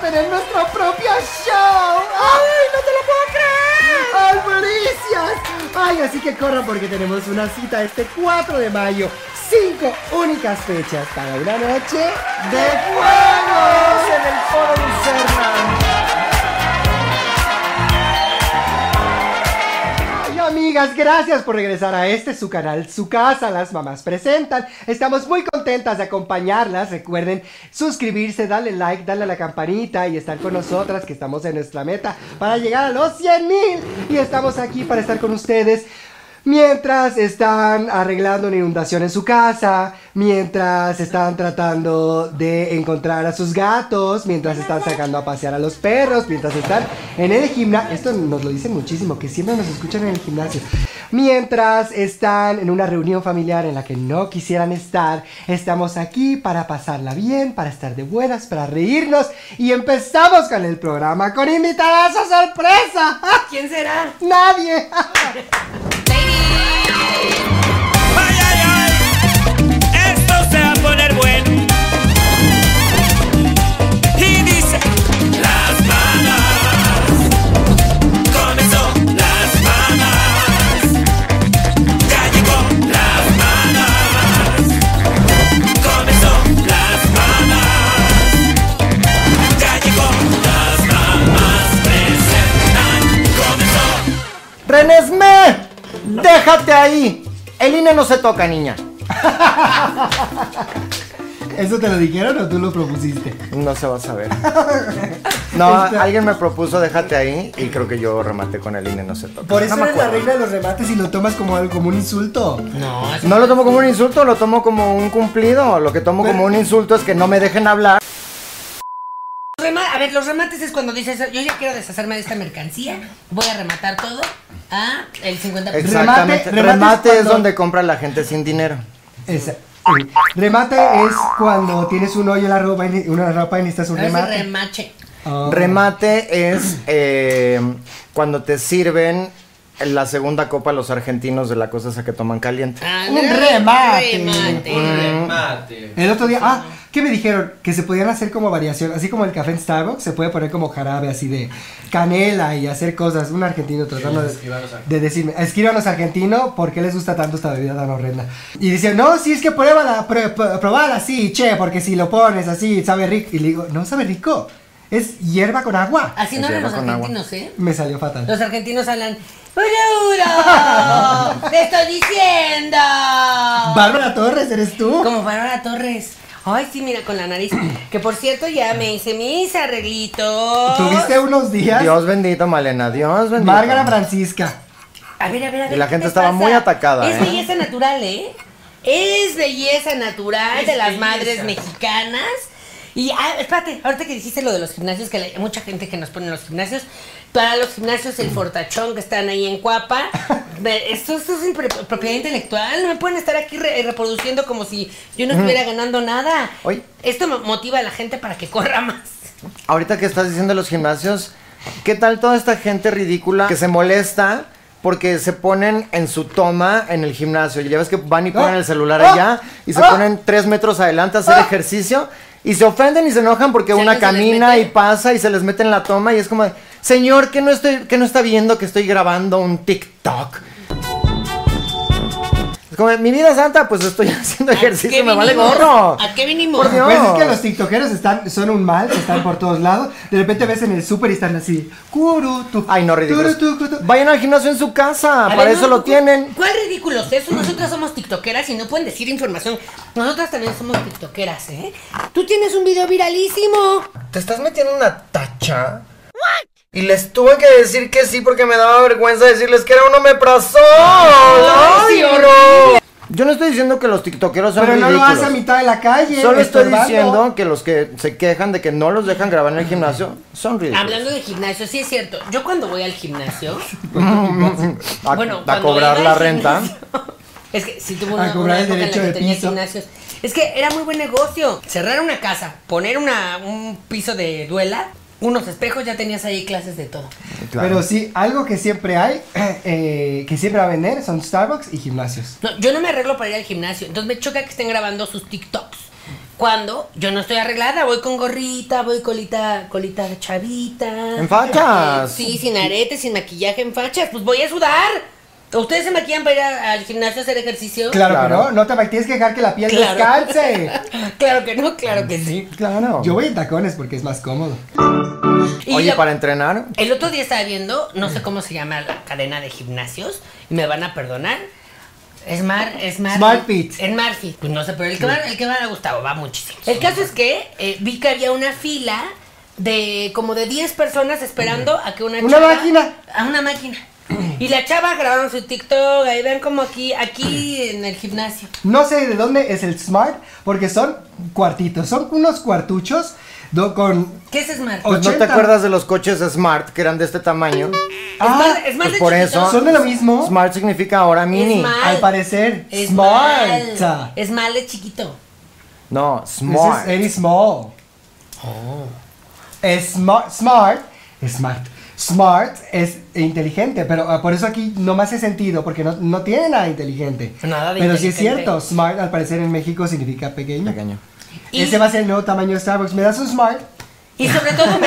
tener nuestro propio show. ¡Ay, no te ¡Ay, lo puedo creer! Mauricias! ¡Ay, así que corran porque tenemos una cita este 4 de mayo! Cinco únicas fechas para una noche de juegos en el Foro Lucerna. Ay, Amigas, gracias por regresar a este su canal, su casa, las mamás presentan. Estamos muy contentas de acompañarlas. Recuerden suscribirse, darle like, darle a la campanita y estar con nosotras que estamos en nuestra meta para llegar a los 100 mil. Y estamos aquí para estar con ustedes mientras están arreglando una inundación en su casa, mientras están tratando de encontrar a sus gatos, mientras están sacando a pasear a los perros, mientras están en el gimnasio. Esto nos lo dicen muchísimo, que siempre nos escuchan en el gimnasio. Mientras están en una reunión familiar en la que no quisieran estar, estamos aquí para pasarla bien, para estar de buenas, para reírnos y empezamos con el programa con invitadas a sorpresa. ¿Quién será? Nadie. ¡Ay, ay, ay! Esto se va a poner bueno. Y dice: Las manas. Comenzó las manas. Ya llegó las manas. Comenzó las manas. Ya llegó las manas. Presentan. Comenzó. ¡Renesme! ¡Déjate ahí! El INE no se toca, niña. ¿Eso te lo dijeron o tú lo propusiste? No se va a saber. No, Este. alguien me propuso déjate ahí y creo que yo rematé con el INE no se toca. Por eso no, me eres la acuerdo. regla de los remates y lo tomas como algo, como un insulto. No, es- No lo tomo como un insulto, lo tomo como un cumplido. Lo que tomo como un insulto es que no me dejen hablar. Rema- A ver, los remates es cuando dices, yo ya quiero deshacerme de esta mercancía, voy a rematar todo a el 50%. remate Exactamente. es Remate, es cuando- donde compra la gente sin dinero. Esa- sí. Remate es cuando tienes un hoyo en la ropa y, ne- una ropa y necesitas un No es remate. remache. Ah. Remate es eh, cuando te sirven la segunda copa los argentinos de la cosa esa que toman caliente. Ah, Un no, remate. remate. El otro día, ah, ¿qué me dijeron? Que se podían hacer como variación, así como el café en Starbucks, se puede poner como jarabe así de canela y hacer cosas. Un argentino tratando de, de decirme, escríbanos argentino, ¿por qué les gusta tanto esta bebida tan horrenda? Y dice, no, si es que pruébala, pr- pr- probala así, che, porque si lo pones así, sabe rico. Y le digo, no sabe rico, es hierba con agua. Así no Se eran lleva los con agua. argentinos, ¿eh? Me salió fatal. Los argentinos hablan, ¡Boludo! ¡Te estoy diciendo! Bárbara Torres, ¿eres tú? Como Bárbara Torres. Ay, sí, mira, con la nariz. Que por cierto, ya me hice mis arreglitos. Tuviste unos días. Dios bendito, Malena. Dios bendito. Márgara Francisca. A ver, a ver, a ver. Y la ¿qué gente te estaba pasa? muy atacada, Es ¿eh? belleza natural, ¿eh? Es belleza natural de las madres mexicanas. Y, ah, espérate, ahorita que dijiste lo de los gimnasios, que hay mucha gente que nos pone en los gimnasios, para los gimnasios el fortachón que están ahí en Cuapa, me- esto, esto es impre- propiedad intelectual, no me pueden estar aquí re- reproduciendo como si yo no estuviera ganando nada. Oye. Esto mo- motiva a la gente para que corra más. Ahorita que estás diciendo los gimnasios, ¿qué tal toda esta gente ridícula que se molesta porque se ponen en su toma en el gimnasio? Ya ves que van y ponen Ah, el celular ah, allá y se ah. ponen tres metros adelante a hacer Ah. ejercicio y se ofenden y se enojan porque Si una alguien se les camina mete. y pasa y se les mete en la toma y es como, de, señor, que no estoy, que no está viendo que estoy grabando un TikTok. Es como, de, mi vida santa, pues estoy haciendo ¿A Ah, qué ejercicio, me vale vinimos? gorro. ¿A qué vinimos? Por Dios. Pues es que los tiktokeros están, son un mal, están por todos lados. De repente ves en el súper y están así. Curu, tu, Ay, no ridículos. curu, tu, curu, tu. Vayan al gimnasio en su casa, A Ah, para ver, eso no, lo tienen. ¿Cuál ridículo es eso? Nosotras somos tiktokeras y no pueden decir información. Nosotras también somos tiktokeras, ¿eh? Tú tienes un video viralísimo. ¿Te estás metiendo una tacha? Y les tuve que decir que sí porque me daba vergüenza decirles que era un omeprazol. ¡Ay, no! Yo no estoy diciendo que los tiktokeros son Pero no lo ridículos. hace a mitad de la calle. Solo estoy estorbando. diciendo que los que se quejan de que no los dejan grabar en el gimnasio son ridículos. Hablando de gimnasio, sí es cierto. Yo cuando voy al gimnasio, A, bueno, a cuando cobrar iba la al renta. gimnasio- Es que si tuvo A una, cobrar una el época en la derecho que de tenía piso. gimnasios. Es que era muy buen negocio. Cerrar una casa, poner una, un piso de duela, unos espejos, ya tenías ahí clases de todo. Claro. Pero sí, algo que siempre hay, eh, que siempre va a vender, son Starbucks y gimnasios. No, yo no me arreglo para ir al gimnasio. Entonces me choca que estén grabando sus TikToks. cuando yo no estoy arreglada, voy con gorrita, voy colita, colita de chavita. En fachas. Eh, sí, sin aretes, sin maquillaje, en fachas. Pues voy a sudar. ¿Ustedes se maquillan para ir a- al gimnasio a hacer ejercicio? Claro, que Claro. no, no te ma- tienes que dejar que la piel Claro. descanse. Claro que no, claro que sí. Claro. Yo voy en tacones porque es más cómodo. Y Oye, la- para entrenar. El otro día estaba viendo, no sé cómo se llama la cadena de gimnasios, y me van a perdonar. Es Mar, es Mar. Smartfit. Es Smartfit. Pues no sé, pero el que va, el que va a Gustavo va muchísimo. El caso es que eh, vi que había una fila de como de 10 personas esperando a que una Una máquina. A una máquina. Y la chava grabaron su TikTok, ahí ven como aquí, aquí en el gimnasio. No sé de dónde es el smart porque son cuartitos, son unos cuartuchos do- con... ¿Qué es Smart? O- Pues no te 80. acuerdas de los coches Smart que eran de este tamaño. Ah, es más pues de por chiquito. eso. ¿Son de lo mismo? Smart significa ahora mini. Smart. Al parecer, Es smart. mal. Es mal de chiquito. No, This Smart. Oh. is very small. Es smart, smart, es smart. Smart es inteligente, pero ah, por eso aquí no me hace sentido, porque no, no tiene nada inteligente. Nada de Pero sí es inteligente. cierto, smart al parecer en México significa pequeño. Pequeño. Y- Ese va a ser el nuevo tamaño de Starbucks. ¿Me das un smart? Y sobre todo me...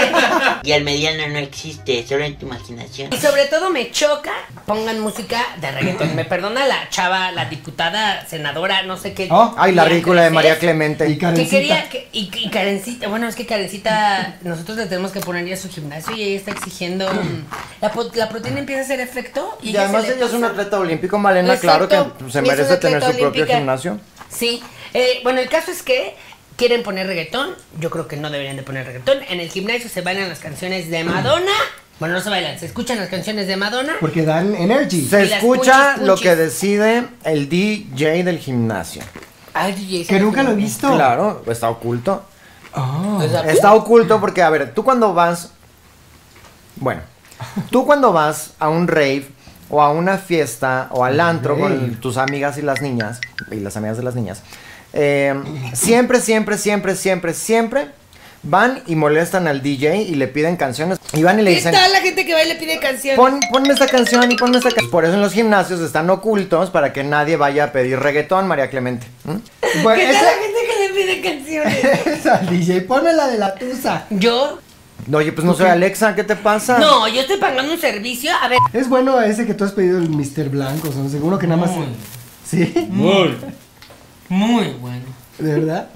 Y el mediano no existe, solo en tu imaginación. Y sobre todo me choca, pongan música de reggaetón. Me perdona la chava, la diputada, senadora, no sé qué. Oh, Ay, la Mira, ridícula de ¿crees? María Clemente. Y Que Karencita. quería que- y, y Karencita, bueno, es que Karencita, nosotros le tenemos que poner ya su gimnasio y ella está exigiendo. mm, La, po- la proteína empieza a hacer efecto y, Y ella se además le ella es un pasa. atleta olímpico, Malena, claro Exacto. que pues, se Es una merece tener su atleta propio olímpica. gimnasio. Sí. Eh, bueno, el caso es que quieren poner reggaetón. Yo creo que no deberían de poner reggaetón. En el gimnasio se bailan las canciones de Madonna. Bueno, no se bailan, se escuchan las canciones de Madonna. Porque dan energy. Se Y las escucha punchis, lo punchis. que decide el DJ del gimnasio. Ay, DJ, Que nunca lo he vi. visto. Claro, está oculto. Oh. Está oculto porque, a ver, tú cuando vas. Bueno, tú cuando vas a un rave o a una fiesta o al antro rave. con tus amigas y las niñas, y las amigas de las niñas, eh, siempre, siempre, siempre, siempre, siempre van y molestan al DJ y le piden canciones. Y van y le ¿Qué dicen. tal la gente que va y le pide canciones? Pon, ponme esta canción y ponme esta canción. Por eso en los gimnasios están ocultos para que nadie vaya a pedir reggaetón, María Clemente. ¿m? Bueno, ¿Qué tal la esa, gente que le pide canciones? esa DJ, ponme la de la tusa. Yo. Oye, pues no soy Alexa, ¿qué te pasa? No, yo estoy pagando un servicio. A ver, Es bueno ese que tú has pedido el Mr. Blanco, son seguro que nada más. ¿Sí? Muy. muy bueno. ¿De verdad?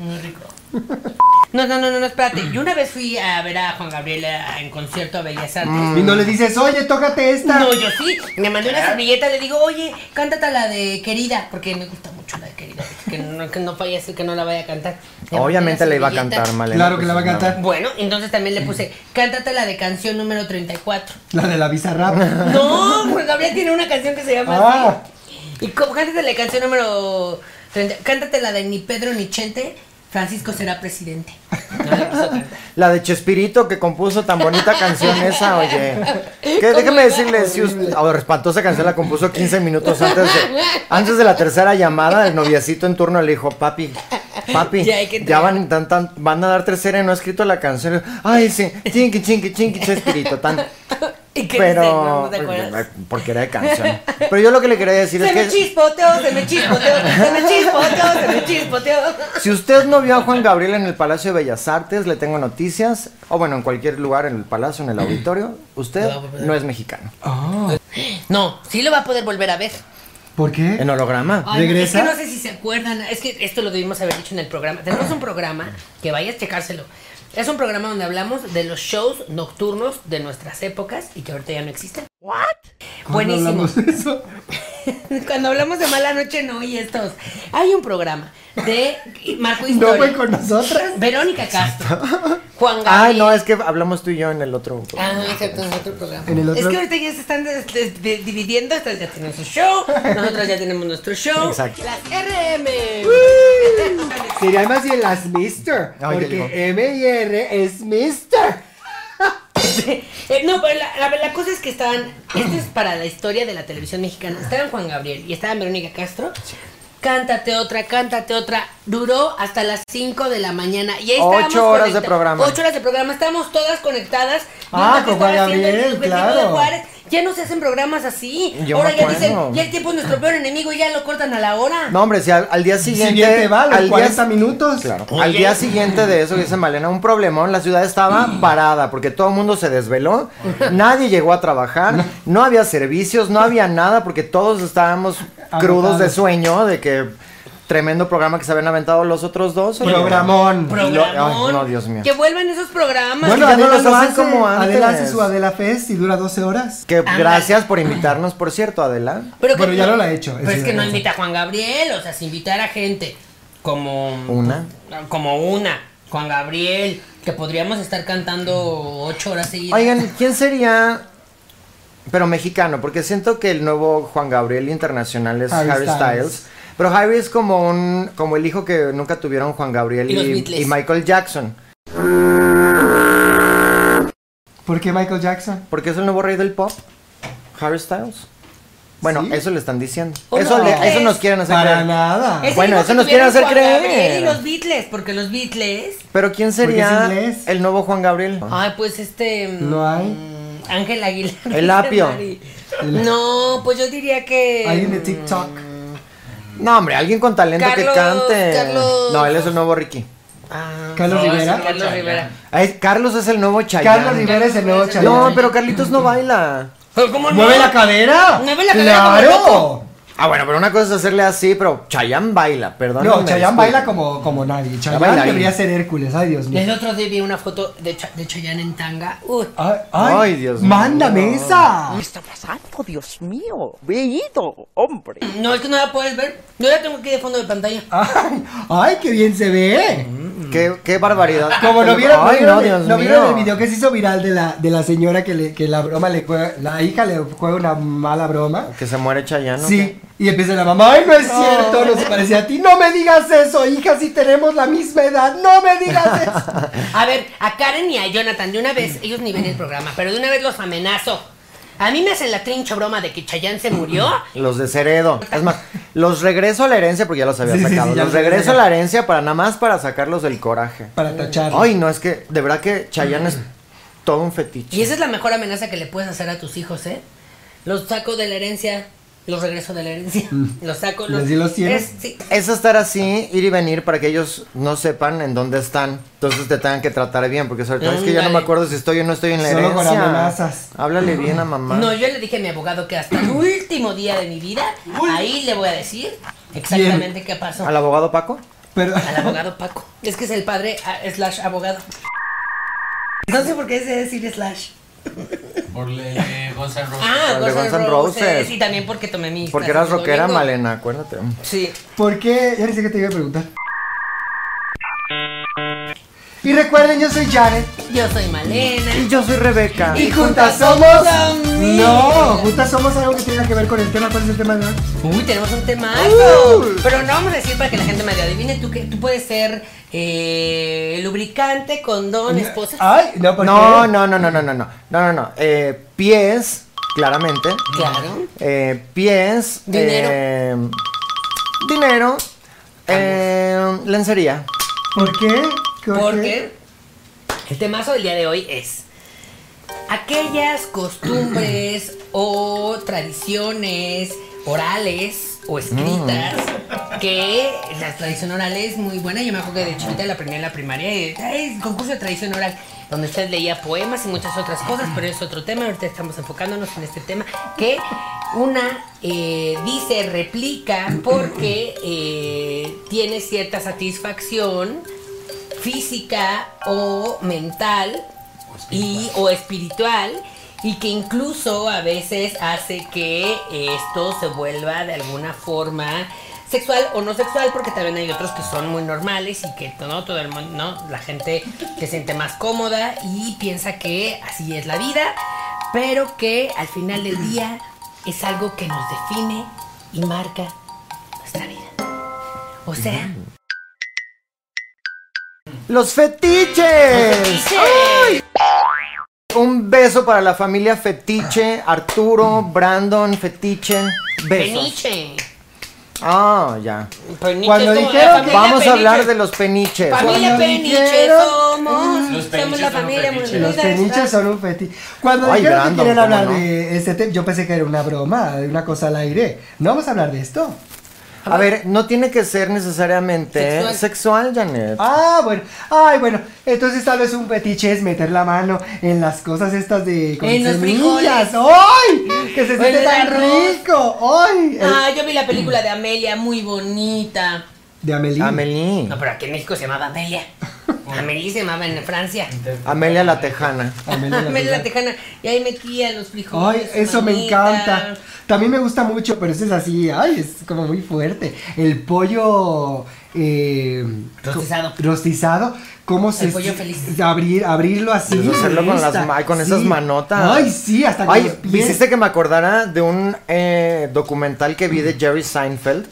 No, no, no, no, no, espérate. Yo una vez fui a ver a Juan Gabriel a- en concierto a Bellas Artes. Mm. Y no le dices, oye, tócate esta. Mm. No, yo sí. Me mandé una servilleta, le digo, oye, cántate la de querida, porque me gusta mucho la de querida. Que no, que no vaya a ser que no la vaya a cantar. Le mandé Obviamente una le iba a servilleta. cantar, Malena. Claro que pues, la va a no. cantar. Bueno, entonces también le puse, cántate la de canción número 34. La de la bizarrap. No, Juan Gabriel tiene una canción que se llama Ah. así. Y como, cántate la canción número 30, cántate la de Ni Pedro ni Chente, Francisco será presidente. pues, No la quiso cantar. La de Chespirito que compuso tan bonita canción esa, oye. Que ¿Cómo déjeme iba? decirle, si usted, oh, espantosa canción la compuso 15 minutos antes de, antes de la tercera llamada, el noviecito en turno le dijo, papi, papi, Ya ya, hay que entregar". van, tan, tan- van a dar tercera y no ha escrito la canción. Ay, sí, chinqui, chinqui, chinqui, Chespirito, tan... ¿Y qué dice? Pero, pues, No, ¿te acuerdas? porque era de canción. Pero yo lo que le quería decir Se me es que chispoteó, se me chispoteó, se me chispoteó, se me chispoteó. si usted no vio a Juan Gabriel en el Palacio de Bellas Artes, le tengo noticias, o bueno, en cualquier lugar, en el palacio, en el auditorio, usted no es mexicano. No, sí lo va a poder volver a ver. ¿Por qué? ¿Eh? En holograma. Ay, no, ¿Regresa? Es que no sé si se acuerdan, es que esto lo debimos haber dicho en el programa. Tenemos un programa, que vayas a checárselo. Es un programa donde hablamos de los shows nocturnos de nuestras épocas y que ahorita ya no existen. ¿What? ¿Cuándo Buenísimo. hablamos de eso? Cuando hablamos de mala noche no y estos. Hay un programa de Marco No Historia. fue con nosotras. Verónica Castro. Juan Gabriel. Ay, Ah, no, es que hablamos tú y yo en el otro. Ah, exacto, en otro programa. En el otro- Es que ahorita ya se están des- des- de- dividiendo, estas ya tienen su show, nosotros ya tenemos nuestro show. Exacto. Las RM. Sería más bien las Mister. Ay, ya llegó. Porque M y R es Mister. Eh, no, pero la, la- la cosa es que estaban, esto es para la historia de la televisión mexicana, estaban Juan Gabriel y estaban Verónica Castro. Cántate otra, cántate otra. Duró hasta las 5 de la mañana. Y ahí Ocho estábamos horas de conecta- programa. Ocho horas de programa. Estábamos todas conectadas. Ah, viendo con qué Juan estaba haciendo el Gabriel, Vestido de claro. Juárez. Ya no se hacen programas así. Yo Ahora me ya acuerdo. dicen, ya el tiempo es nuestro peor enemigo y ya lo cortan a la hora. No, hombre, si al, al día siguiente. Si bien te va, a los al día- 40 minutos. Claro. Al día siguiente de eso, dice Malena, un problemón. La ciudad estaba parada porque todo el mundo se desveló. Nadie llegó a trabajar. No había servicios, no había nada porque todos estábamos crudos de sueño de que tremendo programa que se habían aventado los otros dos. oye. Programón. Programón. Ay, no, Dios mío. Que vuelvan esos programas. Bueno, ya no los lo hacen hace. como antes. Adela hace su Adela Fest y dura 12 horas. Que Ándale. gracias por invitarnos, por cierto, Adela. Pero, Bueno, ya no la he hecho, Pero eso es que ya no lo he invita a Juan Gabriel, o sea, si invitar a gente como. Una. Como una. Juan Gabriel, que podríamos estar cantando ocho horas seguidas. Oigan, ¿quién sería? Pero mexicano, porque siento que el nuevo Juan Gabriel internacional es Harry Harry, Styles. Styles. Pero Harry es como un, como el hijo que nunca tuvieron Juan Gabriel Y los y, Beatles. y Michael Jackson. ¿Por qué Michael Jackson? Porque es el nuevo rey del pop. Harry Styles. Bueno, ¿Sí? eso le están diciendo. Oh, eso, no. le- ¿Crees? eso nos quieren hacer Para creer. nada. Es el bueno, mismo eso que nos quieren tuvieron hacer Juan creer. Gabriel y los Beatles, porque los Beatles. Pero ¿quién es sería inglés. el nuevo Juan Gabriel? Ay, pues este. mm, Ah. No hay. mm, Ángel Aguilar. El apio. Mari. No, pues yo diría que. Alguien de TikTok. Mm. No, hombre, alguien con talento que Carlos- cante. Carlos- No, él es el nuevo Ricky. Ah, Carlos no, sí, Rivera. Carlos Rivera. Ay, Carlos es el nuevo Chayanne. Carlos Rivera es el nuevo No, Chayanne. No, pero Carlitos no baila. Pero ¿Cómo no? ¡Mueve la cadera! Mueve la cadera como ¡Claro! loco. Ah, bueno, pero una cosa es hacerle así, pero Chayanne baila, perdón. No, Chayanne baila como, como nadie. Chayanne bailarina. debería ser Hércules, ay Dios mío. El otro día vi una foto de, Cha- de Chayanne en tanga. Uy. Ay, Ay, Dios mío. ¡Mándame esa! está pasando, Dios mío? He ido, hombre. No, es que no la puedes ver. Yo la tengo aquí de fondo de pantalla. Ay, ay, qué bien se ve. Qué, qué barbaridad. Como no vieron, no Ay, vieron no, el- Dios no vieron mío. el video que se hizo viral de la, de la señora que, le, que la broma le juega, la hija le juega una mala broma. Que se muere Chayanne. ¿o Sí, y empieza la mamá, ay, no es cierto, no se parece a ti, no me digas eso, hija, si tenemos la misma edad, no me digas eso. A ver, a Karen y a Jonathan, de una vez, ellos ni ven el programa, pero de una vez los amenazo. A mí me hacen la trincha broma de que Chayanne se murió. qué? Los de Ceredo. Es más, los regreso a la herencia porque ya los había Sí, sí, sí, sacado. ya los los había regreso a sacado. la herencia para nada más para sacarlos del coraje. Para tachar. Ay, no, es que de verdad que Chayanne es todo un fetiche. Y esa es la mejor amenaza que le puedes hacer a tus hijos, ¿eh? Los saco de la herencia, los regreso de la herencia, los saco, los... Les di los cien. Es- sí. Es estar así, ir y venir para que ellos no sepan en dónde están. Entonces te tengan que tratar bien, porque sobre todo es que ya no me Ándale. acuerdo si estoy o no estoy en la Solo herencia. con amenazas. Háblale bien a mamá. No, yo le dije a mi abogado que hasta el último día de mi vida, ahí le voy a decir exactamente qué pasó. ¿Al abogado Paco? Pero, Al abogado Paco. Es que es el padre ah, slash abogado. No sé por qué se decir slash. Por le Guns N' Roses. Ah, Por el de Guns N' Roses. Y también porque tomé mi. Porque clase eras el rockera, domingo. Malena, acuérdate. Sí. ¿por qué? Ya ni sé qué te iba a preguntar. Y recuerden, yo soy Janet. Yo soy Malena. Y yo soy Rebeca. Y juntas somos amigas. No, juntas somos algo que tenga que ver con el tema. ¿Cuál es el tema de hoy? Uy, tenemos un tema. Pero no vamos a decir para que la gente me adivine. Tú, que, tú puedes ser eh, lubricante, condón, esposa. Ah. Ay, no, porque. No, no, no, no, no, no, no, no, no, no. Eh, pies, claramente. Claro. Eh, pies. Dinero. eh, dinero. Eh, lencería. ¿Por qué? Porque el temazo del día de hoy es aquellas costumbres o tradiciones orales o escritas que la tradición oral es muy buena. Yo me acuerdo que de chiquita la aprendí en la primaria y es concurso de tradición oral donde usted leía poemas y muchas otras cosas, pero es otro tema. Ahorita estamos enfocándonos en este tema que una eh, dice replica porque eh, tiene cierta satisfacción física o mental y o espiritual y que incluso a veces hace que esto se vuelva de alguna forma sexual o no sexual porque también hay otros que son muy normales y que no todo el mundo no la gente se siente más cómoda y piensa que así es la vida pero que al final del día es algo que nos define y marca nuestra vida o sea Los fetiches. Un beso para la familia Fetiche, Arturo, Brandon, Fetiche. Besos. Peniche. Ah, ya. Peniche Cuando es como la dijeron que familia Vamos a hablar Peniche. de los peniches. Familia Cuando Peniche dijeron son somos, Los somos peniches la son un familia fetiche. Los Monolita, peniches ¿verdad? son un feti. Cuando Ay, dijeron Brandon, que quieren ¿cómo hablar no? de este tema, yo pensé que era una broma, una cosa al aire. No vamos a hablar de esto. A ver, no tiene que ser necesariamente Sexual. sexual, Janet. Ah, bueno. Ay, bueno. Entonces tal vez un fetiche es meter la mano en las cosas estas de con En los semillas. frijoles. ¡Ay! Que se O en siente el tan arroz. rico. ¡Ay! El- Ah, yo vi la película de Amelia, muy bonita. de Amelie. Amelie. No, pero aquí en México se llamaba Amelia. Amelie se llamaba en Francia. Amelia la Tejana. Amelie, la Amelia la verdad. Tejana. Y ahí metía los frijoles. Ay, eso me mamita. encanta. También me gusta mucho, pero eso es así, ay, es como muy fuerte. El pollo eh, Rostizado. co- Rostizado, cómo se pollo feliz. abrir abrirlo así. Pues hacerlo con las esta. ma- con Sí. esas manotas. Ay, sí, hasta con los Ay, pies. hiciste que me acordara de un eh, documental que vi de Jerry Seinfeld.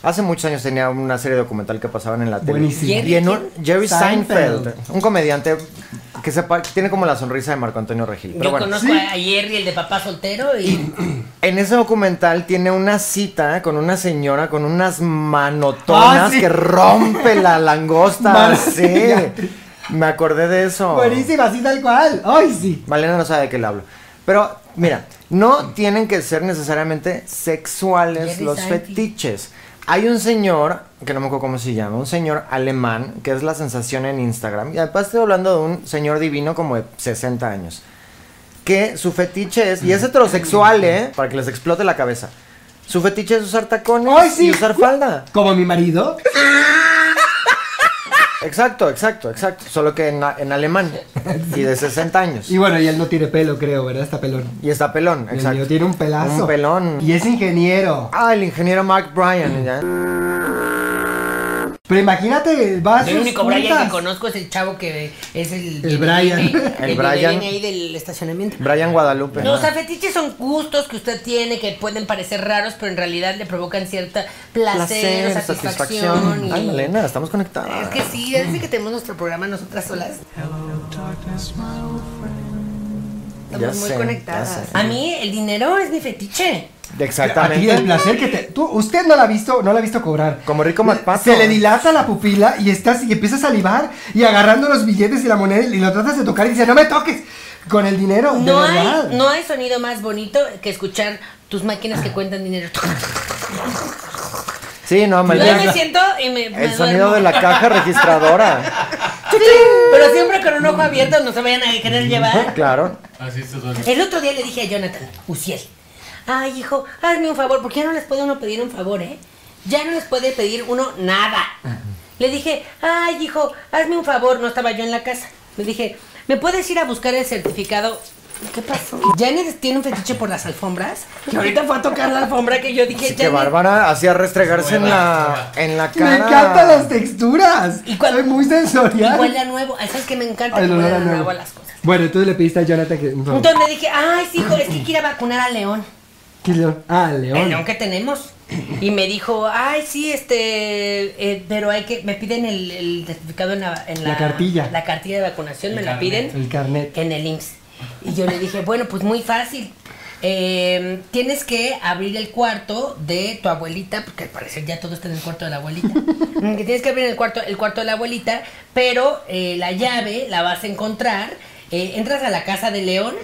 Hace muchos años tenía una serie documental que pasaban en la tele. Buenísimo. Y en un- Jerry Seinfeld. Seinfeld, un comediante que, se pa- que tiene como la sonrisa de Marco Antonio Regil. Pero Yo bueno, conozco sí. a Jerry, el de papá soltero, y en ese documental tiene una cita con una señora con unas manotonas Ah, sí. que rompe la langosta. Mano- sí. Me acordé de eso. Buenísima, así tal cual. Ay, sí. Malena no sabe de qué le hablo. Pero, mira, no tienen que ser necesariamente sexuales Jerry los Seinfeld. fetiches. Hay un señor, que no me acuerdo cómo se llama, un señor alemán, que es la sensación en Instagram. Y además estoy hablando de un señor divino como de 60 años. Que su fetiche es, y Mm. es heterosexual, ¿eh? Para que les explote la cabeza. Su fetiche es usar tacones ¡Ay, sí! y usar falda. Como mi marido. Exacto, exacto, exacto. Solo que en, en alemán. Y de 60 años. Y bueno, y él no tiene pelo, creo, ¿verdad? Está pelón. Y está pelón, El exacto. mío tiene un pelazo. Un pelón. Y es ingeniero. Ah, el ingeniero Mark Bryan, ya. Pero imagínate, vas. el único Brian que conozco es el chavo que es el... El Brian. El El Brian. Brian. ahí del estacionamiento. Bryan Guadalupe. No, o sea, fetiches son gustos que usted tiene que pueden parecer raros, pero en realidad le provocan cierta placer, o satisfacción. y- Ay, Ah, Malena, estamos conectadas. Es que sí, desde que tenemos nuestro programa nosotras solas, Ya estamos sé, muy ya conectadas. Ah. sé. A mí el dinero es mi fetiche. A ti el Exactamente. placer que te. Tú, usted no la ha visto, no la ha visto cobrar. Como Rico McPato. Se le dilata la pupila y estás y empiezas a salivar y agarrando los billetes y la moneda y lo tratas de tocar y dices, no me toques. Con el dinero, de No hay, verdad. no hay sonido más bonito que escuchar tus máquinas que cuentan dinero. Sí, no, Yo ahí me Malena. siento y me, me El sonido duermo. de la caja registradora. Pero siempre con un ojo abierto, no se vayan a querer llevar. Claro. Así se duele. El otro día le dije a Jonathan, Uciel, ay hijo, hazme un favor, porque ya no les puede uno pedir un favor, ¿eh? Ya no les puede pedir uno nada. Le dije, ay hijo, hazme un favor, no estaba yo en la casa. Le dije, ¿me puedes ir a buscar el certificado? ¿Qué pasó? Janet tiene un fetiche por las alfombras. Y ahorita fue a tocar la alfombra que yo dije, Así que "Janet". Bárbara hacía restregarse en la, en la cara. Me encantan las texturas. ¿Y cuál- Soy muy Y sensorial. huele a nuevo. ¿Sabes que me encanta Ay, que no, no, huelan no, a no. nuevo a las cosas? Bueno, entonces le pediste a Jonathan que. no. Entonces le dije, ay, sí, hijo, es que quiero vacunar a León. ¿Qué león? Ah, león. El león que tenemos. Y me dijo, ay, sí, este, eh, pero hay que, me piden el, el certificado en la, en La cartilla. La cartilla de vacunación, me la carnet. piden El carnet. en el IMSS. Y yo le dije, bueno, pues muy fácil. Eh, tienes que abrir el cuarto de tu abuelita, porque al parecer ya todo está en el cuarto de la abuelita. Mm, que tienes que abrir el cuarto, el cuarto de la abuelita, pero eh, la llave la vas a encontrar. eh, entras a la casa de León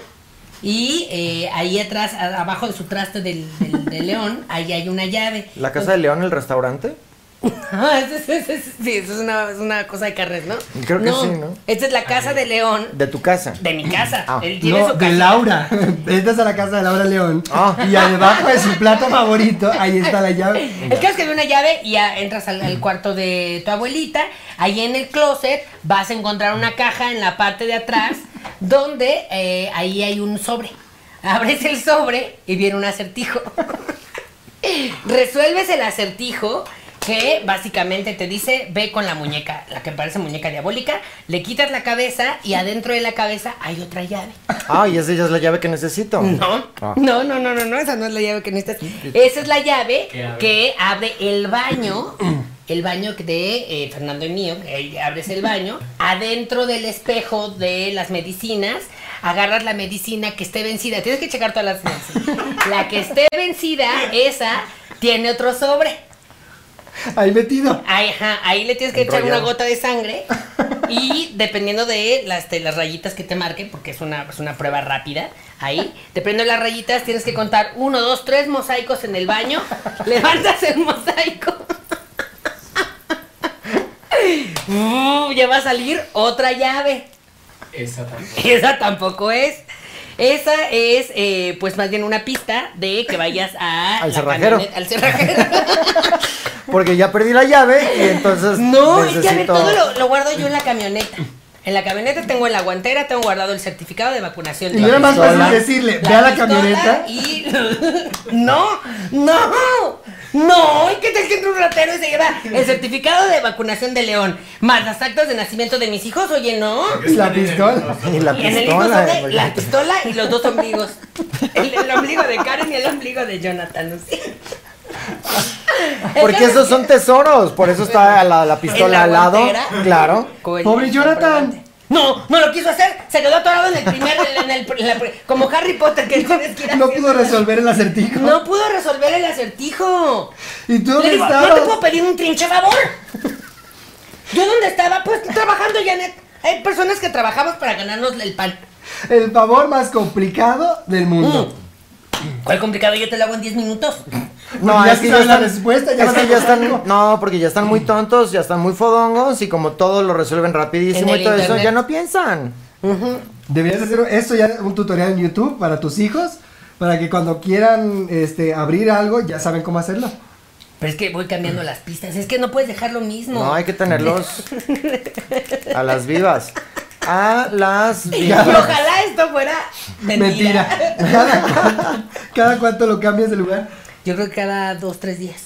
y eh, ahí atrás, a- abajo de su traste del, del- de León, ahí hay una llave. ¿La casa de León, el restaurante? Ah, eso es- eso es- sí, eso es una, es una cosa de carnes, ¿no? Creo que sí, ¿no? Esta es la casa de León. De tu casa. De mi casa. Ah. Él tiene No, su de casa. Laura. Entras a la casa de Laura León. Ah. Y debajo de su plato favorito, ahí está la llave. El caso es que había una llave y ya entras al, al cuarto de tu abuelita. Ahí en el closet vas a encontrar una caja en la parte de atrás donde eh, ahí hay un sobre. Abres el sobre y viene un acertijo. Resuelves el acertijo que básicamente te dice ve con la muñeca, la que parece muñeca diabólica, le quitas la cabeza y adentro de la cabeza hay otra llave. Ah, y esa ya es la llave que necesito. No, Ah. no, no, no, no, no, esa no es la llave que necesitas. Esa es la llave Que abre. que abre el baño, el baño de eh, Fernando y mío, que ahí abres el baño, adentro del espejo de las medicinas, agarras la medicina que esté vencida, tienes que checar todas las medicinas. La que esté vencida, esa, tiene otro sobre. Ahí metido. Ahí, ajá, ahí le tienes que echar una Enrollado. gota de sangre Y dependiendo de las, te- las rayitas que te marquen, porque es una, es una prueba rápida, ahí, dependiendo de las rayitas, tienes que contar uno, dos, tres mosaicos en el baño. Levantas el mosaico. Uh, ya va a salir otra llave. Esa tampoco. Esa tampoco es. Esa es, eh, pues más bien una pista de que vayas a Al la cerrajero. camioneta- Al cerrajero. Porque ya perdí la llave y entonces. No, es que a ver, necesito... todo lo, lo guardo yo en la camioneta. En la camioneta tengo en la guantera, tengo guardado el certificado de vacunación. Y de era más pistola, fácil decirle, ve a la pistola camioneta. Y... No, no, no. ¿Y qué tal que entra un ratero y se lleva el certificado de vacunación de León? Más las actas de nacimiento de mis hijos, oye, no. La pistola. Y la Y en el mismo pistola. sobre la porque- pistola y los dos ombligos. El, el ombligo de Karen y el ombligo de Jonathan. ¿no? Sí. Porque esos son tesoros. Por eso está la, la pistola En al la lado. guantera. Claro. Con el Pobre Jonathan. comprobante. No, no lo quiso hacer. Se quedó atorado en el primer. En el, en la pri- como Harry Potter que tienes que ir No haciendo. pudo resolver el acertijo. No pudo resolver el acertijo. ¿Y tú Le dónde digo, no te puedo estabas? pedir un trinche favor. ¿Yo dónde estaba? Pues trabajando, Janet. Hay personas que trabajamos para ganarnos el pan. El favor más complicado del mundo. Mm. ¿Cuál complicado? Yo te lo hago en 10 minutos. Porque ya se sabe la respuesta, ya es vas a Mm. que ya contar están, algo. no, porque ya están muy tontos, ya están muy fodongos y como todo lo resuelven rapidísimo En y el todo eso, internet. ya no piensan. Deberías hacer esto ya un tutorial en YouTube para tus hijos, para que cuando quieran este, abrir algo ya saben cómo hacerlo. Pero es que voy cambiando las pistas. Es que no puedes dejar lo mismo. No, hay que tenerlos a las vivas. A las Y vivas. ojalá esto fuera mentira. Mentira. Cada, cada cuánto lo cambias de lugar. Yo creo que cada dos, tres días.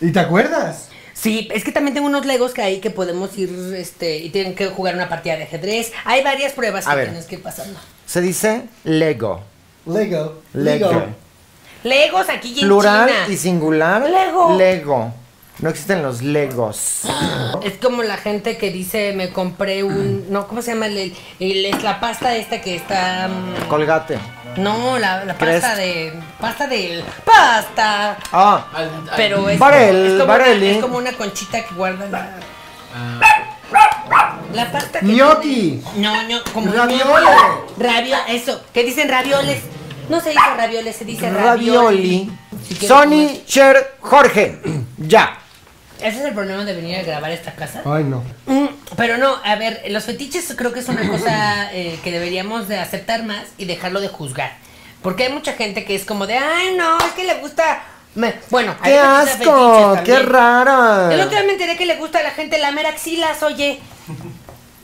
¿Y te acuerdas? Sí, es que también tengo unos legos que hay que podemos ir, este, y tienen que jugar una partida de ajedrez. Hay varias pruebas A que ver. tienes que ir pasando. Se dice Lego. Lego. Lego. Legos aquí y en Plural China. y singular. Lego. Ah. Lego. No existen los Legos. Es como la gente que dice, me compré un, no, ¿cómo se llama? El, el- el- es la pasta esta que está... mm, Colgate. No, la, la ¿Crees? pasta de... Pasta de... Pasta. Ah, Al- al- Pero es, Barel, es como Bareli. Una, es como una conchita que guardan la, Ah, la pasta que Gnocchi. tiene- No, no, como Ravioles. Rabio, eso, ¿qué dicen ravioles? No se dice ravioles, se dice ravioli. Ravioli. Si quieres comer. Sony, Cher, Jorge. Ya. Ese es el problema de venir a grabar a esta casa. Ay, no. Mm, Pero no, a ver, los fetiches creo que es una cosa eh, que deberíamos de aceptar más y dejarlo de juzgar. Porque hay mucha gente que es como de, ay, no, es que le gusta... me-". Bueno, hay ¡Qué gente que usa asco! fetiches ¡Qué también. rara! El otro día me enteré que le gusta a la gente lamer axilas, oye.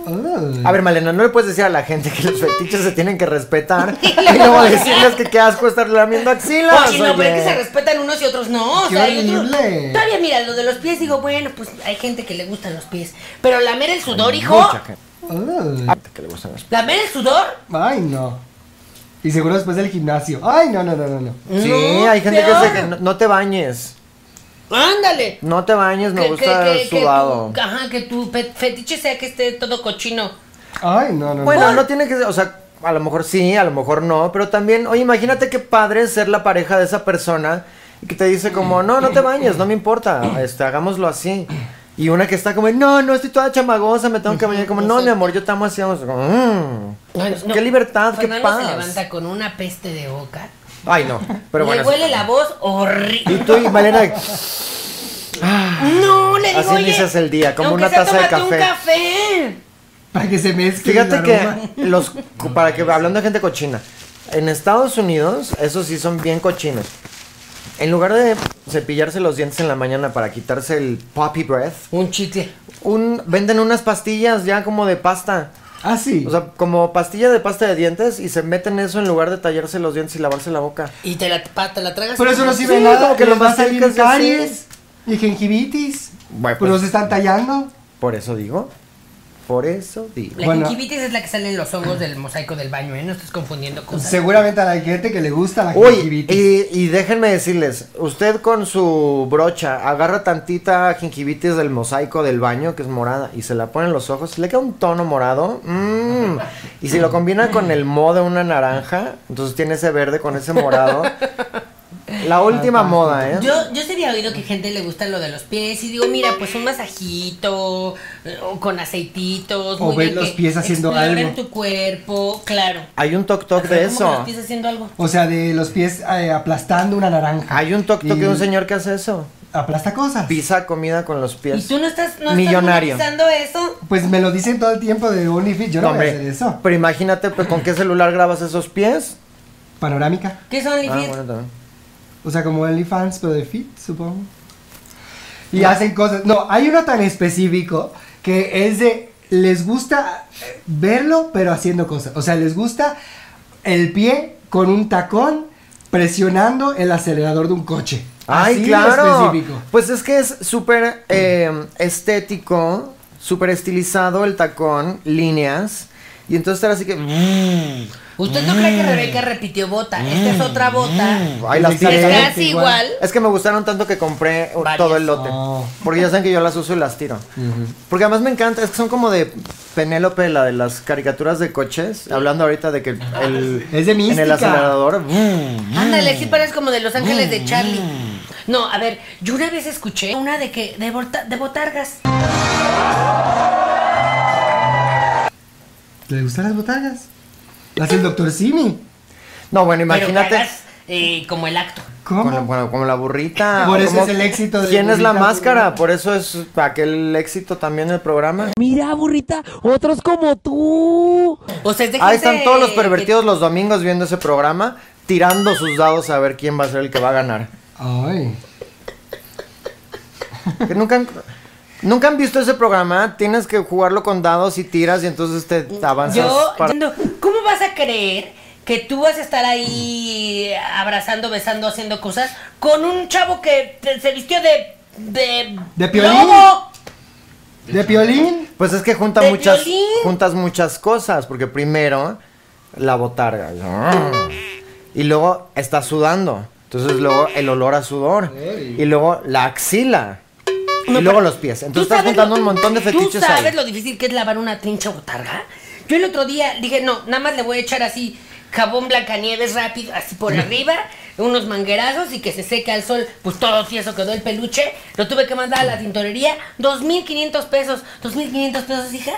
Ah. A ver, Malena, no le puedes decir a la gente que los fetiches se tienen que respetar. y luego decirles que qué asco estar lamiendo axilas. Oye, no, pero es que se oye. respetan unos y otros no. o ¡Qué sea, hay otros- horrible! Todavía mira, lo de los pies, digo, bueno, pues hay gente que le gustan los pies. Pero lamer el sudor, hijo. Mucha gente Ah. que le gustan los- ¿Lamer el sudor? Ay, no. Y seguro después del gimnasio. Ay, no, no, no, no. no. Sí, No, hay gente peor. que se que no, no te bañes. Ándale. No te bañes, me Que- gusta que- que- que sudado. tu- ajá, que tu pe- fetiche sea que esté todo cochino. Ay, no, no, no. Bueno, no tiene que ser, o sea, a lo mejor sí, a lo mejor no, pero también, oye, imagínate qué padre ser la pareja de esa persona y que te dice como, no, no te bañes, no me importa, este, hagámoslo así. Y una que está como, no, no, estoy toda chamagosa, me tengo que bañar, como, no, mi amor, yo te amo así, vamos, como, "Mm". qué libertad, qué Pues Fernando se paz. levanta con una peste de boca. Ay, no, pero le bueno. huele sí. la voz horrible. Y tú y Malena, No, le digo, Así oye, inicias el día, como aunque una sea, taza de tómate un café. café. Para que se mezcle. fíjate el aroma. que los, para que, hablando de gente cochina, en Estados Unidos, esos sí son bien cochinos. En lugar de cepillarse los dientes en la mañana para quitarse el poppy breath, Un chicle. un, venden unas pastillas ya como de pasta. Ah, sí. O sea, como pastilla de pasta de dientes y se meten eso en lugar de tallarse los dientes y lavarse la boca. Y te la, pa- te la tragas. Pero eso no sirve Sí, nada. como que les lo va a más salir cerca es caries y gingivitis. Bueno, Bueno, pues- pues, los están tallando. Por eso digo. Por eso digo. La Bueno. gingivitis es la que salen los hongos del mosaico del baño, ¿eh? No estás confundiendo cosas. Seguramente a la gente que le gusta la Uy, gingivitis. y, y déjenme decirles, usted con su brocha agarra tantita gingivitis del mosaico del baño, que es morada, y se la pone en los ojos, le queda un tono morado, mm, y si lo combina con el mo de una naranja, entonces tiene ese verde con ese morado. La última moda, ¿eh? Yo, yo sí había oído que gente le gusta lo de los pies y digo, mira, pues un masajito eh, o con aceititos. O muy ver bien los que pies haciendo exploren algo. tu cuerpo, claro. Hay un toc toc Hacer de como que eso. los pies haciendo algo. O sea, de los pies eh, aplastando una naranja. Hay un toc toc Y de un señor que hace eso. Aplasta cosas. Pisa comida con los Y pies. tú no estás, no Millonario. estás monetizando eso. Pues me lo dicen todo el tiempo de OnlyFit, yo no, voy a hacer eso. pero imagínate pues, con qué celular grabas esos pies. Panorámica. ¿Qué son Ah, OnlyFans? bueno, también. O sea, como OnlyFans, pero de fit, supongo. Y hacen cosas. No, hay uno tan específico que es de. Les gusta verlo, pero haciendo cosas. O sea, les gusta el pie con un tacón presionando el acelerador de un coche. Ay, Así de claro. Ah, específico. Pues es que es súper eh, estético, súper estilizado el tacón, líneas. Y entonces era así que. Usted no Mm. cree que Rebeca repitió bota. Esta es otra bota. Ay, las Es que es tiré. Exactamente casi igual. igual. Es que me gustaron tanto que compré o- Varias. todo el lote. Oh. Porque ya saben que yo las uso y las tiro. Porque además me encanta, es que son como de Penélope, la de las caricaturas de coches. Hablando ahorita de que el. Es de En el mística. acelerador. Ándale, sí pares como de Los Ángeles Mm. de Charlie. No, a ver, yo una vez escuché una de que de, bota- de botargas. ¿Le gustan las botargas? Las del doctor Simi. No, bueno, Pero que imagínate. hagas, eh, como el acto. ¿Cómo? Con la- bueno, como la burrita. Por o eso como- es el éxito de ¿Quién es la Burrita máscara? Burrita. Por eso es aquel éxito también del programa. Mira, burrita, otros como tú. O sea, es de Ahí gente están todos los que- pervertidos los domingos viendo ese programa, tirando sus dados a ver quién va a ser el que va a ganar. Ay. Que nunca han, nunca han visto ese programa, tienes que jugarlo con dados y tiras y entonces te avanzas. Yo para- entiendo, ¿cómo vas a creer que tú vas a estar ahí abrazando, besando, haciendo cosas con un chavo que te- se vistió de. de. ¿De piolín? lobo? ¿De piolín? Pues es que junta De muchas, violín. juntas muchas cosas, porque primero la botarga. Y luego está sudando. Entonces luego el olor a sudor. Y luego la axila. y luego los pies. ¿Tú Entonces estás sabes juntando lo- un montón de ¿Tú fetiches sabes ahí. lo difícil que es lavar una trincha botarga? Yo el otro día dije, no, nada más le voy a echar así jabón blancanieves rápido, así por arriba, unos manguerazos y que se seque al sol. Pues todo eso quedó el peluche. Lo tuve que mandar a la tintorería. 2.500 pesos. 2.500 pesos, hija.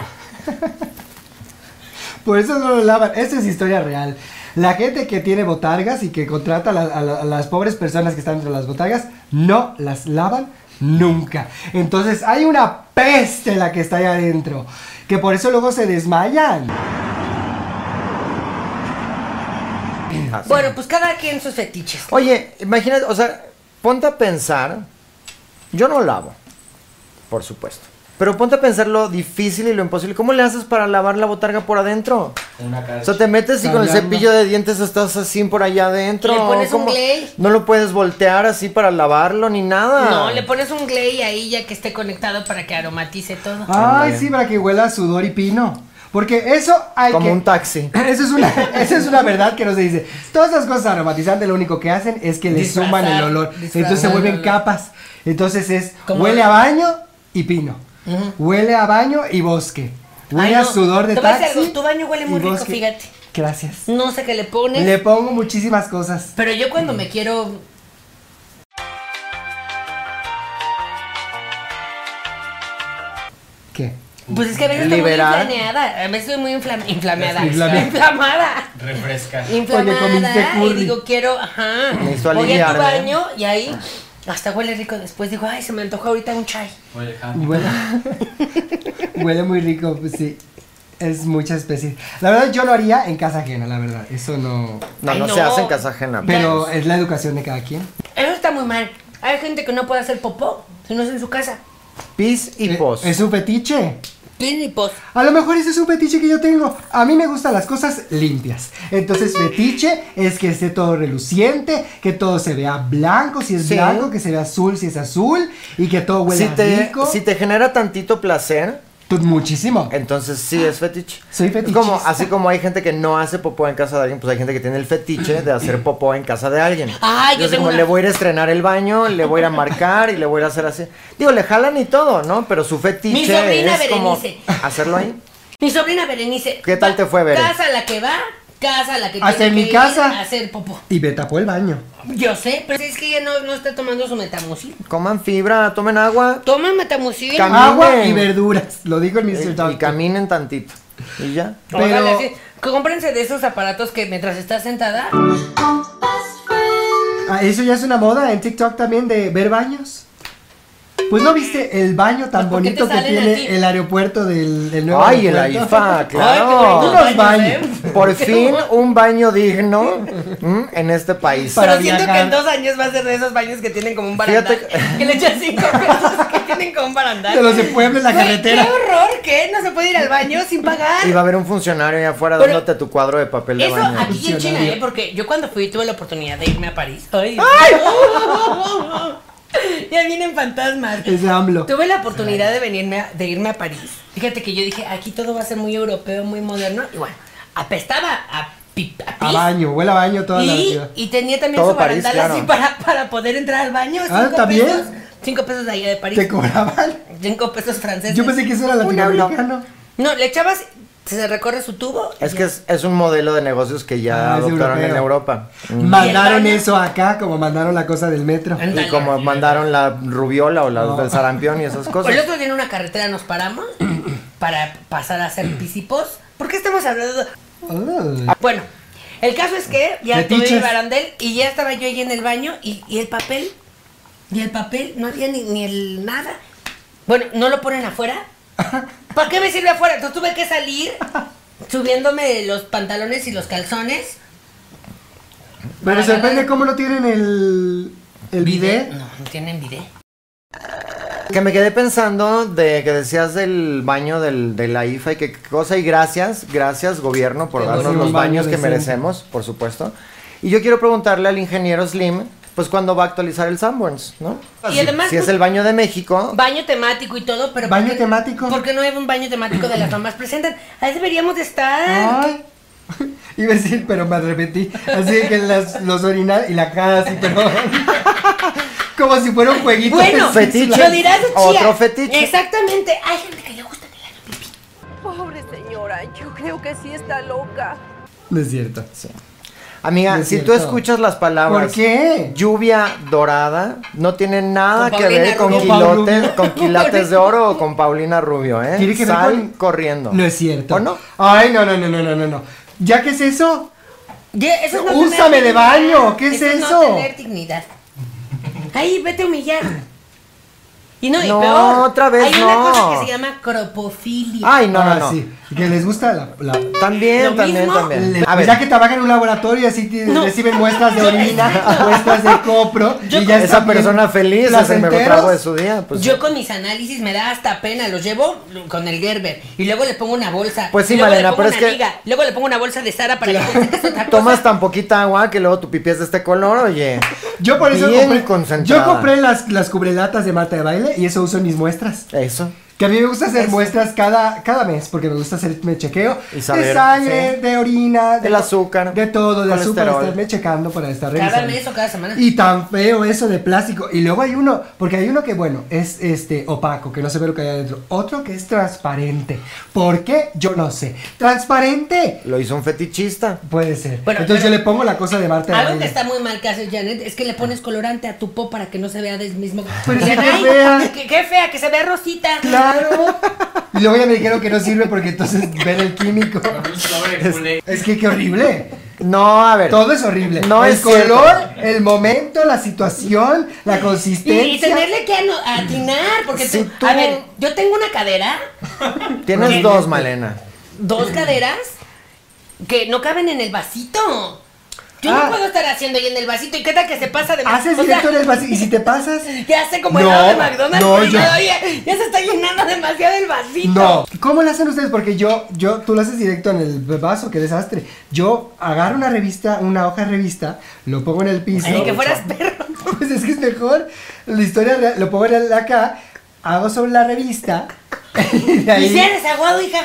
Por eso no lo lavan. Eso es historia real. La gente que tiene botargas y que contrata a, la- a la- a las pobres personas que están entre las botargas, no las lavan nunca. Entonces hay una peste la que está ahí adentro. Que por eso luego se desmayan. Así. Bueno, pues cada quien sus fetiches. Oye, imagínate, o sea, ponte a pensar. Yo no lavo, por supuesto. Pero ponte a pensar lo difícil y lo imposible. ¿Cómo le haces para lavar la botarga por adentro? Una cara. O sea, te metes y con el Cambiando. cepillo de dientes estás así por allá adentro. Le pones un Glade. No lo puedes voltear así para lavarlo ni nada. No, le pones un glay ahí ya que esté conectado para que aromatice todo. Ah, Ay, sí, para que huela a sudor y pino. Porque eso hay Como que- un taxi. Eso es, una, esa es una verdad que no se dice. Todas esas cosas aromatizantes lo único que hacen es que le Disfrazar, suman el olor. disfrazar Entonces se el vuelven olor. capas. Entonces es Como- huele a baño y pino. Huele a baño y bosque. Huele Ay, a no. sudor de Te voy a taxi. decir algo, tu baño huele y muy rico, bosque. fíjate. Gracias. No sé qué le pones. Le pongo muchísimas cosas. Pero yo cuando Mm. me quiero. ¿Qué? Pues es que a veces Liberar. estoy muy inflameada. A veces estoy muy infla- inflameada. Inflameada. Inflamada. Refresca. comiste Inflamada. curry. Y digo, quiero. Ajá. Necesito Voy a tu aliviarme. baño y ahí. Hasta huele rico después. Digo, ay, se me antoja ahorita un chai. Oye, Javi, Huele, huele muy rico, pues sí. Es mucha especie. La verdad yo lo haría en casa ajena, la verdad. Eso no... No, Ay, no, no. se hace en casa ajena. Pero es la educación de cada quien. Eso está muy mal. Hay gente que no puede hacer popó si no es en su casa. Pis y pos. Eh, Es un fetiche. Tiene y pos. A lo mejor ese es un fetiche que yo tengo. A mí me gustan las cosas limpias. Entonces, fetiche es que esté todo reluciente, que todo se vea blanco si es Sí. blanco, que se vea azul si es azul y que todo huela Si te, rico. si te genera tantito placer, Tú- Muchísimo. entonces sí es fetiche. Soy Es fetichista. Como, así como hay gente que no hace popó en casa de alguien, pues hay gente que tiene el fetiche de hacer popó en casa de alguien. Ay, Ah, yo Entonces, tengo como una- le voy a ir a estrenar el baño, le voy a ir a marcar y le voy a ir a hacer así. Digo, le jalan y todo, ¿no? Pero su fetiche Mi sobrina es como Berenice. hacerlo ahí. Mi sobrina Berenice. ¿Qué tal te fue, Bere? Casa a la que va, casa a la que Hasta tiene en mi que ir casa. a hacer popó. Y me tapó el baño. Yo sé, pero es que ella no, no está tomando su metamucil. Coman fibra, tomen agua Toma metamucil. Cam- Agua y Caminen. verduras, lo dijo el eh, Mr. y Doctor. caminen tantito. Y ya. Órale, pero- así, Cómprense de esos aparatos que mientras estás sentada. Ah, eso ya es una moda en TikTok también de ver baños. Pues no viste el baño tan Pues, ¿por qué te bonito que salen tiene así? el aeropuerto del, del nuevo Ay, el aeropuerto? AIFA, Ay, claro. qué Unos bonitos baños, baños. ¿eh? Por fin un baño digno mm, en este país. Para Pero siento viajar. que en dos años va a ser de esos baños que tienen como un barandal. Fíjate que- Que le echan cinco pesos que tienen como un barandal. De los de Puebla en la Güey, carretera. ¡Qué horror! ¿Qué? No se puede ir al baño sin pagar. Y va a haber un funcionario allá afuera Pero- dándote tu cuadro de papel de Eso baño. aquí en China, funcionario. ¿eh? Porque yo cuando fui tuve la oportunidad de irme a París. ¡Ay! ya vienen fantasmas. Es de AMLO. Tuve la oportunidad de venirme a- de irme a París. Fíjate que yo dije, aquí todo va a ser muy europeo, muy moderno. Y bueno, apestaba a, pi- a A pis. baño, huele a baño toda la y, ciudad. y tenía también Todo su París, barandal claro. así para, para poder entrar al baño. Ah, Cinco ¿también? pesos. Cinco pesos de allá de París. Te cobraban. cinco pesos franceses. Yo pensé que eso era Un euro. latinoamericano. No, le echabas, se recorre su tubo. Es que es, es un modelo de negocios que ya Ah, es adoptaron europeo. en Europa. Mm. Mandaron ¿Y el baño? eso acá, como mandaron la cosa del metro. Ándale. Y como mandaron la rubiola o la del sarampión y esas cosas. El otro día en una carretera nos paramos para pasar a hacer pisipos. ¿Por qué estamos hablando? de- Ah. Bueno, el caso es que ya tuve Fetiches. el barandel y ya estaba yo ahí en el baño y, y el papel, y el papel, no había ni, ni el nada. Bueno, no lo ponen afuera. ¿Para qué me sirve afuera? Entonces tuve que salir subiéndome los pantalones y los calzones. Pero Para se sorprende ganar- cómo no tienen el, el bidet. No, no tienen bidet. Que me quedé pensando de que decías del baño del, de la IFA y que qué cosa, y gracias, gracias gobierno por Qué darnos bonito. los Un baño baños que decente. merecemos, por supuesto. Y yo quiero preguntarle al ingeniero Slim, pues cuándo va a actualizar el Sanborns, ¿no? Y Si- además, pues si es el baño de México, Baño temático y todo, pero... ¿Baño ¿por qué- temático? ¿Por qué no hay un baño temático de las mamás presentan? Ahí deberíamos de estar. Ay. Iba a decir, pero me arrepentí. Así que las, los orinar y la cara así, pero. como si fuera un jueguito. Bueno, Fetiche. lo dirás de chía. Otro fetiche. Exactamente. Hay gente que le gusta que le hagan pipí. Pobre señora, yo creo que sí está loca. No es cierto. amiga, No es si tú cierto. escuchas las palabras... ¿Por qué? Lluvia dorada no tiene nada Con que Paulina ver con, Rubio. quilotes, Con con quilates de oro o con Paulina Rubio, ¿eh? Tiene que ver Sal con- corriendo. No es cierto. ¿O no? Ay, no, no, no, no, no, no, no. ¿Ya qué es eso? Ya, eso es no Úsame tener de dignidad. baño, ¿qué es No eso? tener dignidad. Ahí, vete a humillar. Y no, y No, peor. otra vez Hay no. una cosa que se llama cropofilia. Ay, no, Ah, no, no. sí. Que les gusta la. la- También, Lo también, mismo, también. le- ya que trabajan en un laboratorio, así que No. reciben muestras de orina, muestras de copro. Yo y con- ya esa están bien persona feliz es el mejor trago de placenteros. su día. Pues, Yo con mis análisis me da hasta pena, los llevo con el Gerber y luego le pongo una bolsa. Pues sí, y luego Malena, le pero pongo una es que- liga, luego le pongo una bolsa de Sara para que piense que es otra cosa. tomas tan poquita agua que luego tu pipi es de este color, oye. Yo por eso Bien compré, yo concentrada. compré las, las cubrelatas de Marta de Baile y eso uso en mis muestras. Eso. Que a mí me gusta hacer muestras cada, cada mes, porque me gusta hacerme chequeo Y saber, de sangre, sí. de orina, Del azúcar, de todo, de azúcar, colesterol. para estarme checando, para estar Cada revisando. mes o cada semana. Y tan feo eso de plástico. Y luego hay uno, porque hay uno que, bueno, es este opaco, que no se ve lo que hay adentro. Otro que es transparente. ¿Por qué? Yo no sé. ¡Transparente! Lo hizo un fetichista. Puede ser. Bueno, Entonces pero- yo le pongo la cosa de Marta de Algo Baile. que está muy mal que hace Janet es que le pones colorante a tu po para que no se vea del mismo. Pero Pues sí Dirían, que "Ay, fea". Qué, qué fea, que se vea rosita. Claro. Y luego ya me dijeron que no sirve porque entonces ven el químico. Es que qué horrible. No, a ver. Todo es horrible. No el es cierto. color, el momento, la situación, la Y, consistencia. y tenerle que ano- atinar, porque Si tú- tú- A ver, yo tengo una cadera, Tienes este. dos, Malena. dos caderas, que no caben en el vasito. Yo Ah. no puedo estar haciendo ahí en el vasito. ¿Y qué tal que se pasa de Haces o sea, directo en el vacío y si te pasas. que hace como el No, lado de McDonald's. no, y yo- digo, "Oye, ya se está llenando demasiado el vasito. No. ¿Cómo lo hacen ustedes? Porque yo, yo, tú lo haces directo en el vaso, qué desastre. Yo agarro una revista, una hoja de revista, lo pongo en el piso. Ni que fueras perro. Pues es que es mejor. La historia real, lo pongo en el acá, hago sobre la revista. Y de Y ahí. si eres aguado, hija.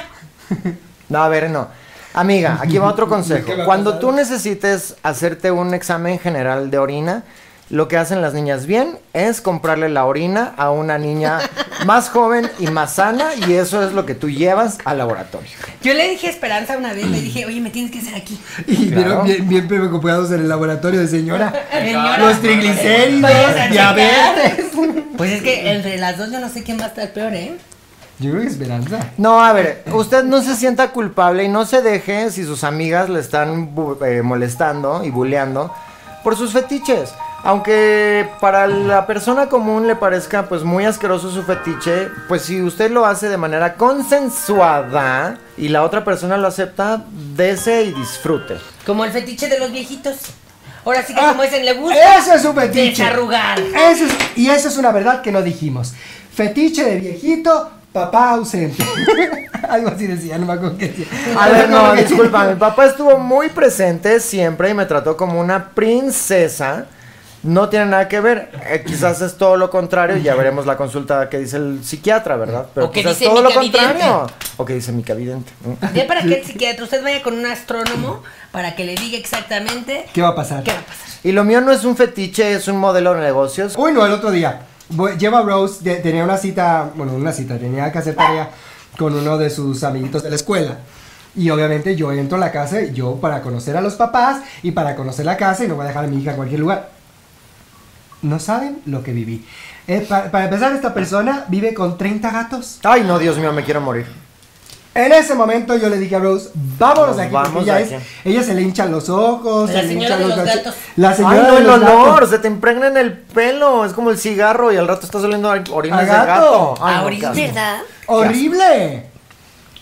No, a ver, no. Amiga, aquí va otro consejo. ¿Qué va a Cuando pasar? tú necesites hacerte un examen general de orina, Lo que hacen las niñas bien es comprarle la orina a una niña más joven y más sana y eso es lo que tú llevas al laboratorio. Yo le dije a Esperanza una vez, le dije, oye, me tienes que hacer aquí. Y Claro. vieron bien, bien preocupados en el laboratorio de señora. Señora, Los triglicéridos, vayas a diabetes. Pues es que entre las dos yo no sé quién va a estar peor, ¿eh? Yo creo que Esperanza. No, a ver, usted no se sienta culpable y no se deje si sus amigas le están bu- eh, molestando y buleando por sus fetiches. Aunque para la persona común le parezca pues muy asqueroso su fetiche, pues si usted lo hace de manera consensuada y la otra persona lo acepta, dese y disfrute. Como el fetiche de los viejitos. Ahora sí que Ah, como dicen, le gusta. Eso es un fetiche. Eh. Desarrugar. Eso es- y eso es una verdad que no dijimos. Fetiche de viejito, papá ausente. Algo así decía, no me acuerdo qué decía. A ver, no, me- disculpa, mi papá estuvo muy presente siempre y me trató como una princesa. No tiene nada que ver, eh, quizás es todo lo contrario, ya veremos la consulta que dice el psiquiatra, ¿verdad? Pero O que quizás dice todo lo Mica Vidente. contrario. O que dice mi vidente. ¿no? Ya para que el psiquiatra usted vaya con un astrónomo para que le diga exactamente ¿Qué va a pasar? qué va a pasar. Y lo mío no es un fetiche, es un modelo de negocios. Uy, no, el otro día. Voy- Lleva a Rose, de- tenía una cita, bueno, una cita, tenía que hacer tarea con uno de sus amiguitos de la escuela. Y obviamente yo entro a la casa, y yo para conocer a los papás y para conocer la casa y no voy a dejar a mi hija en cualquier lugar. No saben lo que viví. Eh, pa- para empezar, esta persona vive con 30 gatos. Ay, no, Dios mío, me quiero morir. En ese momento yo le dije a Rose, vámonos Nos de aquí. vamos porque ella, de es- aquí. ella se le hinchan los ojos, La se le señora hinchan de los los gatos. gatos. La Ay, señora no, de el los olor, gatos. se te impregna en el pelo, es como el cigarro y al rato está oliendo a orinas A de gato. gato. Ay, no, Ahorita. qué asco. Horrible.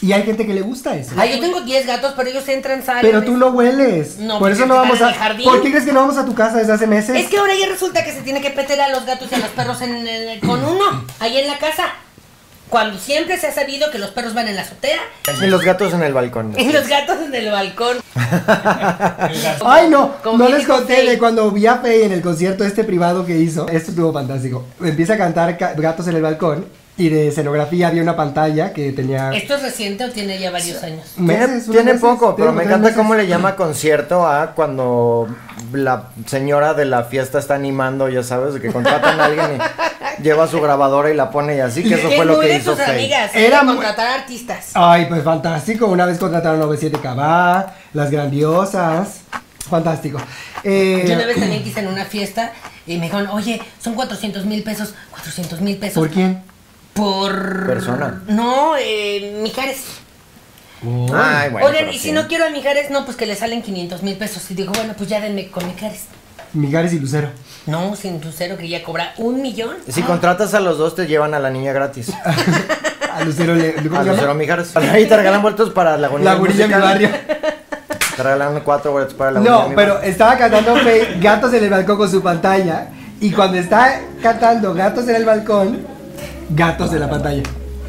Y hay gente que le gusta eso. Ay, yo tengo 10 gatos, pero ellos entran, salen. Pero tú no hueles. No, Por porque eso no están vamos en a. el jardín. ¿Por qué crees que no vamos a tu casa desde hace meses? Es que ahora ya resulta que se tiene que peter a los gatos y a los perros en el- con uno, ahí en la casa. Cuando siempre se ha sabido que los perros van en la azotea Y los gatos en el balcón. y los gatos en el balcón. Ay, no, Como no bien les dijo conté Faye. de cuando vi a Faye en el concierto este privado que hizo. Esto estuvo fantástico. Empieza a cantar ca- Gatos en el Balcón y de escenografía había una pantalla que tenía. ¿Esto es reciente o tiene ya varios años? meses, tiene unos tiene meses, poco, pero tengo me tres encanta meses. cómo le llama concierto a cuando la señora de la fiesta está animando, ya sabes, de que contratan a alguien y lleva su grabadora y la pone y así, que eso Que fue lo muy que de hizo sus Faye. amigas, Era era muy- contratar artistas. Ay, pues fantástico. Una vez contrataron a 97 Cabá, las grandiosas. Fantástico. Eh, Yo una vez también quise en una fiesta y me dijeron, oye, son 400 mil pesos, 400 mil pesos. ¿Por quién? Por... Persona. No, eh, Mijares. Ah, Ay, bueno. Oigan, pero y si sí. no quiero a Mijares, no, pues que le salen 500 mil pesos. Y digo, bueno, pues ya denme con Mijares. Mijares y Lucero. No, sin crucero quería cobrar un millón. Si contratas a los dos, te llevan a la niña gratis. A Lucero le. ¿cómo A se llama? Lucero Mijares. Ahí te regalan boletos para la La gurilla de mi barrio. Te regalan cuatro boletos para la gurilla de No, mi pero barrio. estaba cantando Fe- Gatos en el Balcón con su pantalla. Y cuando está cantando Gatos en el Balcón, Gatos en la pantalla.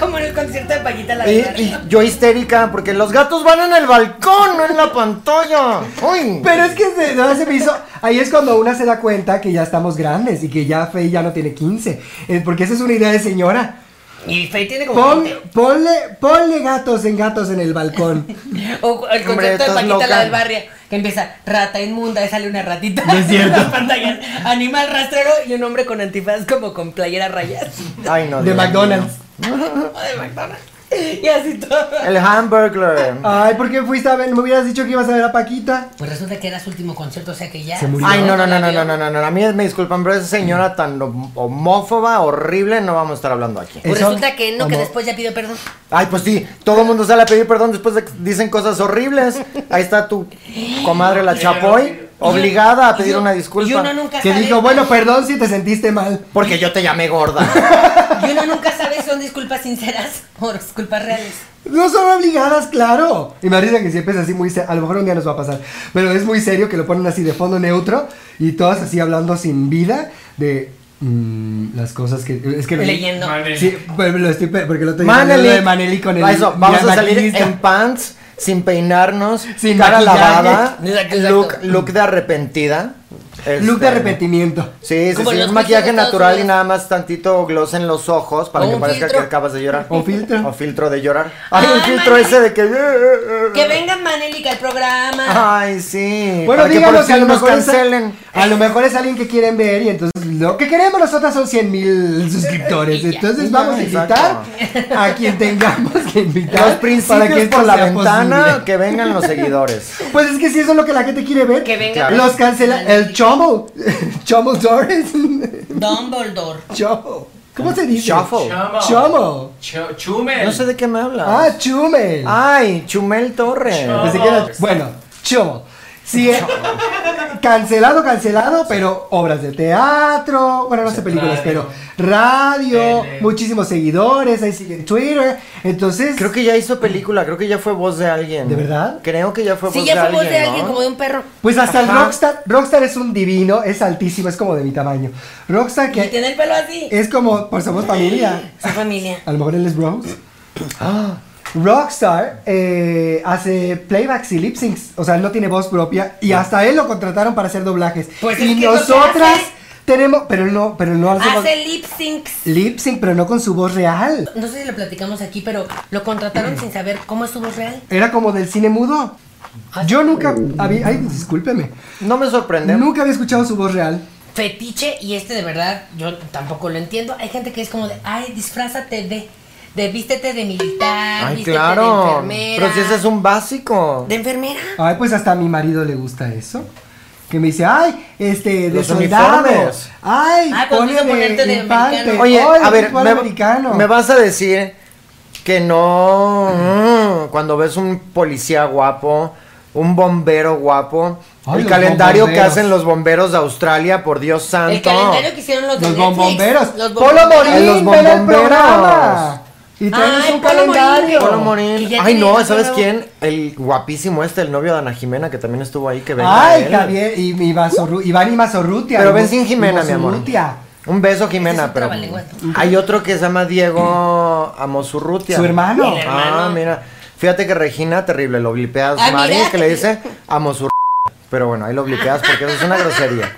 Como en el concierto de Paquita la Y, de Barrio. eh, y yo histérica, porque los gatos van en el balcón, no en la pantalla. Uy. Pero es que se, no, se me hizo. Ahí es cuando una se da cuenta que ya estamos grandes y que ya Fey ya no tiene 15. Eh, Porque esa es una idea de señora. Y Fey tiene como... Pon- 20. ponle, ponle gatos en gatos en el balcón. O el concierto Hombre, de estás Paquita loca. la del barrio, que empieza rata inmunda, y sale una ratita No es cierto. en las pantallas, animal rastrero y un hombre con antifaz como con playera rayas. Ay, no. de Dios McDonald's. mío. O de McDonald's. Y así todo. El hamburger. Ay, ¿por qué fuiste a ver? ¿Me hubieras dicho que ibas a ver a Paquita? Pues resulta que era su último concierto, o sea que ya. Se murió. Ay, no, no, no, no, no, no, no, no. A mí me disculpan, pero esa señora tan hom- homófoba, horrible, no vamos a estar hablando aquí. Pues Eso, resulta que no, que como- después ya pidió perdón. Ay, pues sí, todo el mundo sale a pedir perdón después de que dicen cosas horribles. Ahí está tu comadre la Chapoy, obligada a pedir una Y uno disculpa. nunca Que sabe. dijo, bueno, perdón si te sentiste mal. Porque yo te llamé gorda. Y uno nunca sabe si son disculpas sinceras o disculpas reales. No son obligadas, claro. Y me arriesgan que siempre es así muy serio. A lo mejor un día nos va a pasar. Pero es muy serio que lo ponen así de fondo neutro y todas así hablando sin vida de mm, las cosas que. Es que Leyendo. Sí, pues, lo estoy pe- porque lo estoy Maneli. lo de Maneli con el. Ah, eso, vamos la a salir maquinista. en pants, sin peinarnos, Sin cara maquillaje. lavada, Exacto, exacto. look, look de arrepentida. Look de Este, arrepentimiento. Sí, sí, Como sí, los un juicios de maquillaje Estados natural y Unidos. nada más tantito gloss en los ojos para O que un parezca filtro. que acabas de llorar. O filtro. O filtro de llorar. Ay, el Ay, filtro Maneli. ese de que... eh, Que venga Manélica al programa. Ay, sí. Bueno, para que díganos por que a fin lo nos mejor es- cancelen. a lo mejor es alguien que quieren ver y entonces lo que queremos nosotras son 100 mil suscriptores. Entonces Ya, vamos a invitar exacto. a quien tengamos que invitar. Los principios para que esto por la sea ventana, posible. que vengan los seguidores. Pues es que si eso es lo que la gente quiere ver. Que venga. Los cancela el chomo. Chomo Torres. Dumbledore. chomo. ¿Cómo se dice? Shuffle. Chamo. Chomo. Cho- Chumel. No sé de qué me hablas. Ah, chumel. Ay, Chumel Torres. Pues, Chum. Pensé que era- bueno, chomo. Sí, eh, cancelado, cancelado, pero obras de teatro, bueno, no sé películas, Radio. pero radio, Tele. muchísimos seguidores, ahí sigue en Twitter. Entonces, Creo que ya hizo película, creo que ya fue voz de alguien. ¿De verdad? Creo que ya fue Sí, voz ya Pues de fue voz alguien. de alguien ¿no? como de un perro. pues hasta el Ajá. Rockstar, Rockstar es un divino, es altísimo, es como de mi tamaño. Rockstar Y que tiene el pelo así. Eh. es como, pues somos familia. Su familia. A lo mejor él es Bronx. Ah. Rockstar eh, hace playbacks y lip syncs, o sea, él no tiene voz propia y Ah. hasta él lo contrataron para hacer doblajes. Pues y es que lo que nosotras hace- tenemos, pero él no, pero él no hace, voz- Hace lip syncs. lip sync, pero no con su voz real. No sé si lo platicamos aquí, pero lo Mm. contrataron sin saber cómo es su voz real. Era como del cine mudo. Yo nunca había, ay, discúlpeme, No me sorprende. nunca había escuchado su voz real. Fetiche, y este de verdad, yo tampoco lo entiendo. Hay gente que es como de, ay, disfrázate de, de vístete de militar, Ay, vístete de claro. enfermera. Pero si ese es un básico. ¿De enfermera? Ay, pues hasta a mi marido le gusta eso. Que me dice, ay, este, de Los soldado. uniformes. Ay, Ah, cuando quiso ponerte de infante. americano. Oye, Ay, a ver, ritual me, americano. me vas a decir que no mm, cuando ves un policía guapo, un bombero guapo, Ay, el los calendario que bomberos. hacen los bomberos de Australia, por Dios santo. El calendario que hicieron los de Los Netflix, bomberos. los Polo bomberos. Morín, Los ven al bombomberos. programa. Y traemos Ay, un Polo Morín. calendario. Polo Que Morín. ya Ay, tiene no, novio ¿sabes nuevo. quién? El guapísimo este, el novio de Ana Jimena, que también estuvo ahí, que venga Ay, él. Javier y, y Mazorru- Iván y Mazorrutia. Pero y ven Mo- sin Jimena, y mi amor. Mazorrutia. Un beso, Ese Jimena, es un pero. trabalenguas. Hay otro que se llama Diego Amosurrutia. Su hermano. El hermano. Ah, mira. Fíjate que Regina, terrible, lo blipeas, Ah, Mari, mira. que le dice Amosurrutia. Pero bueno, ahí lo blipeas porque eso es una grosería.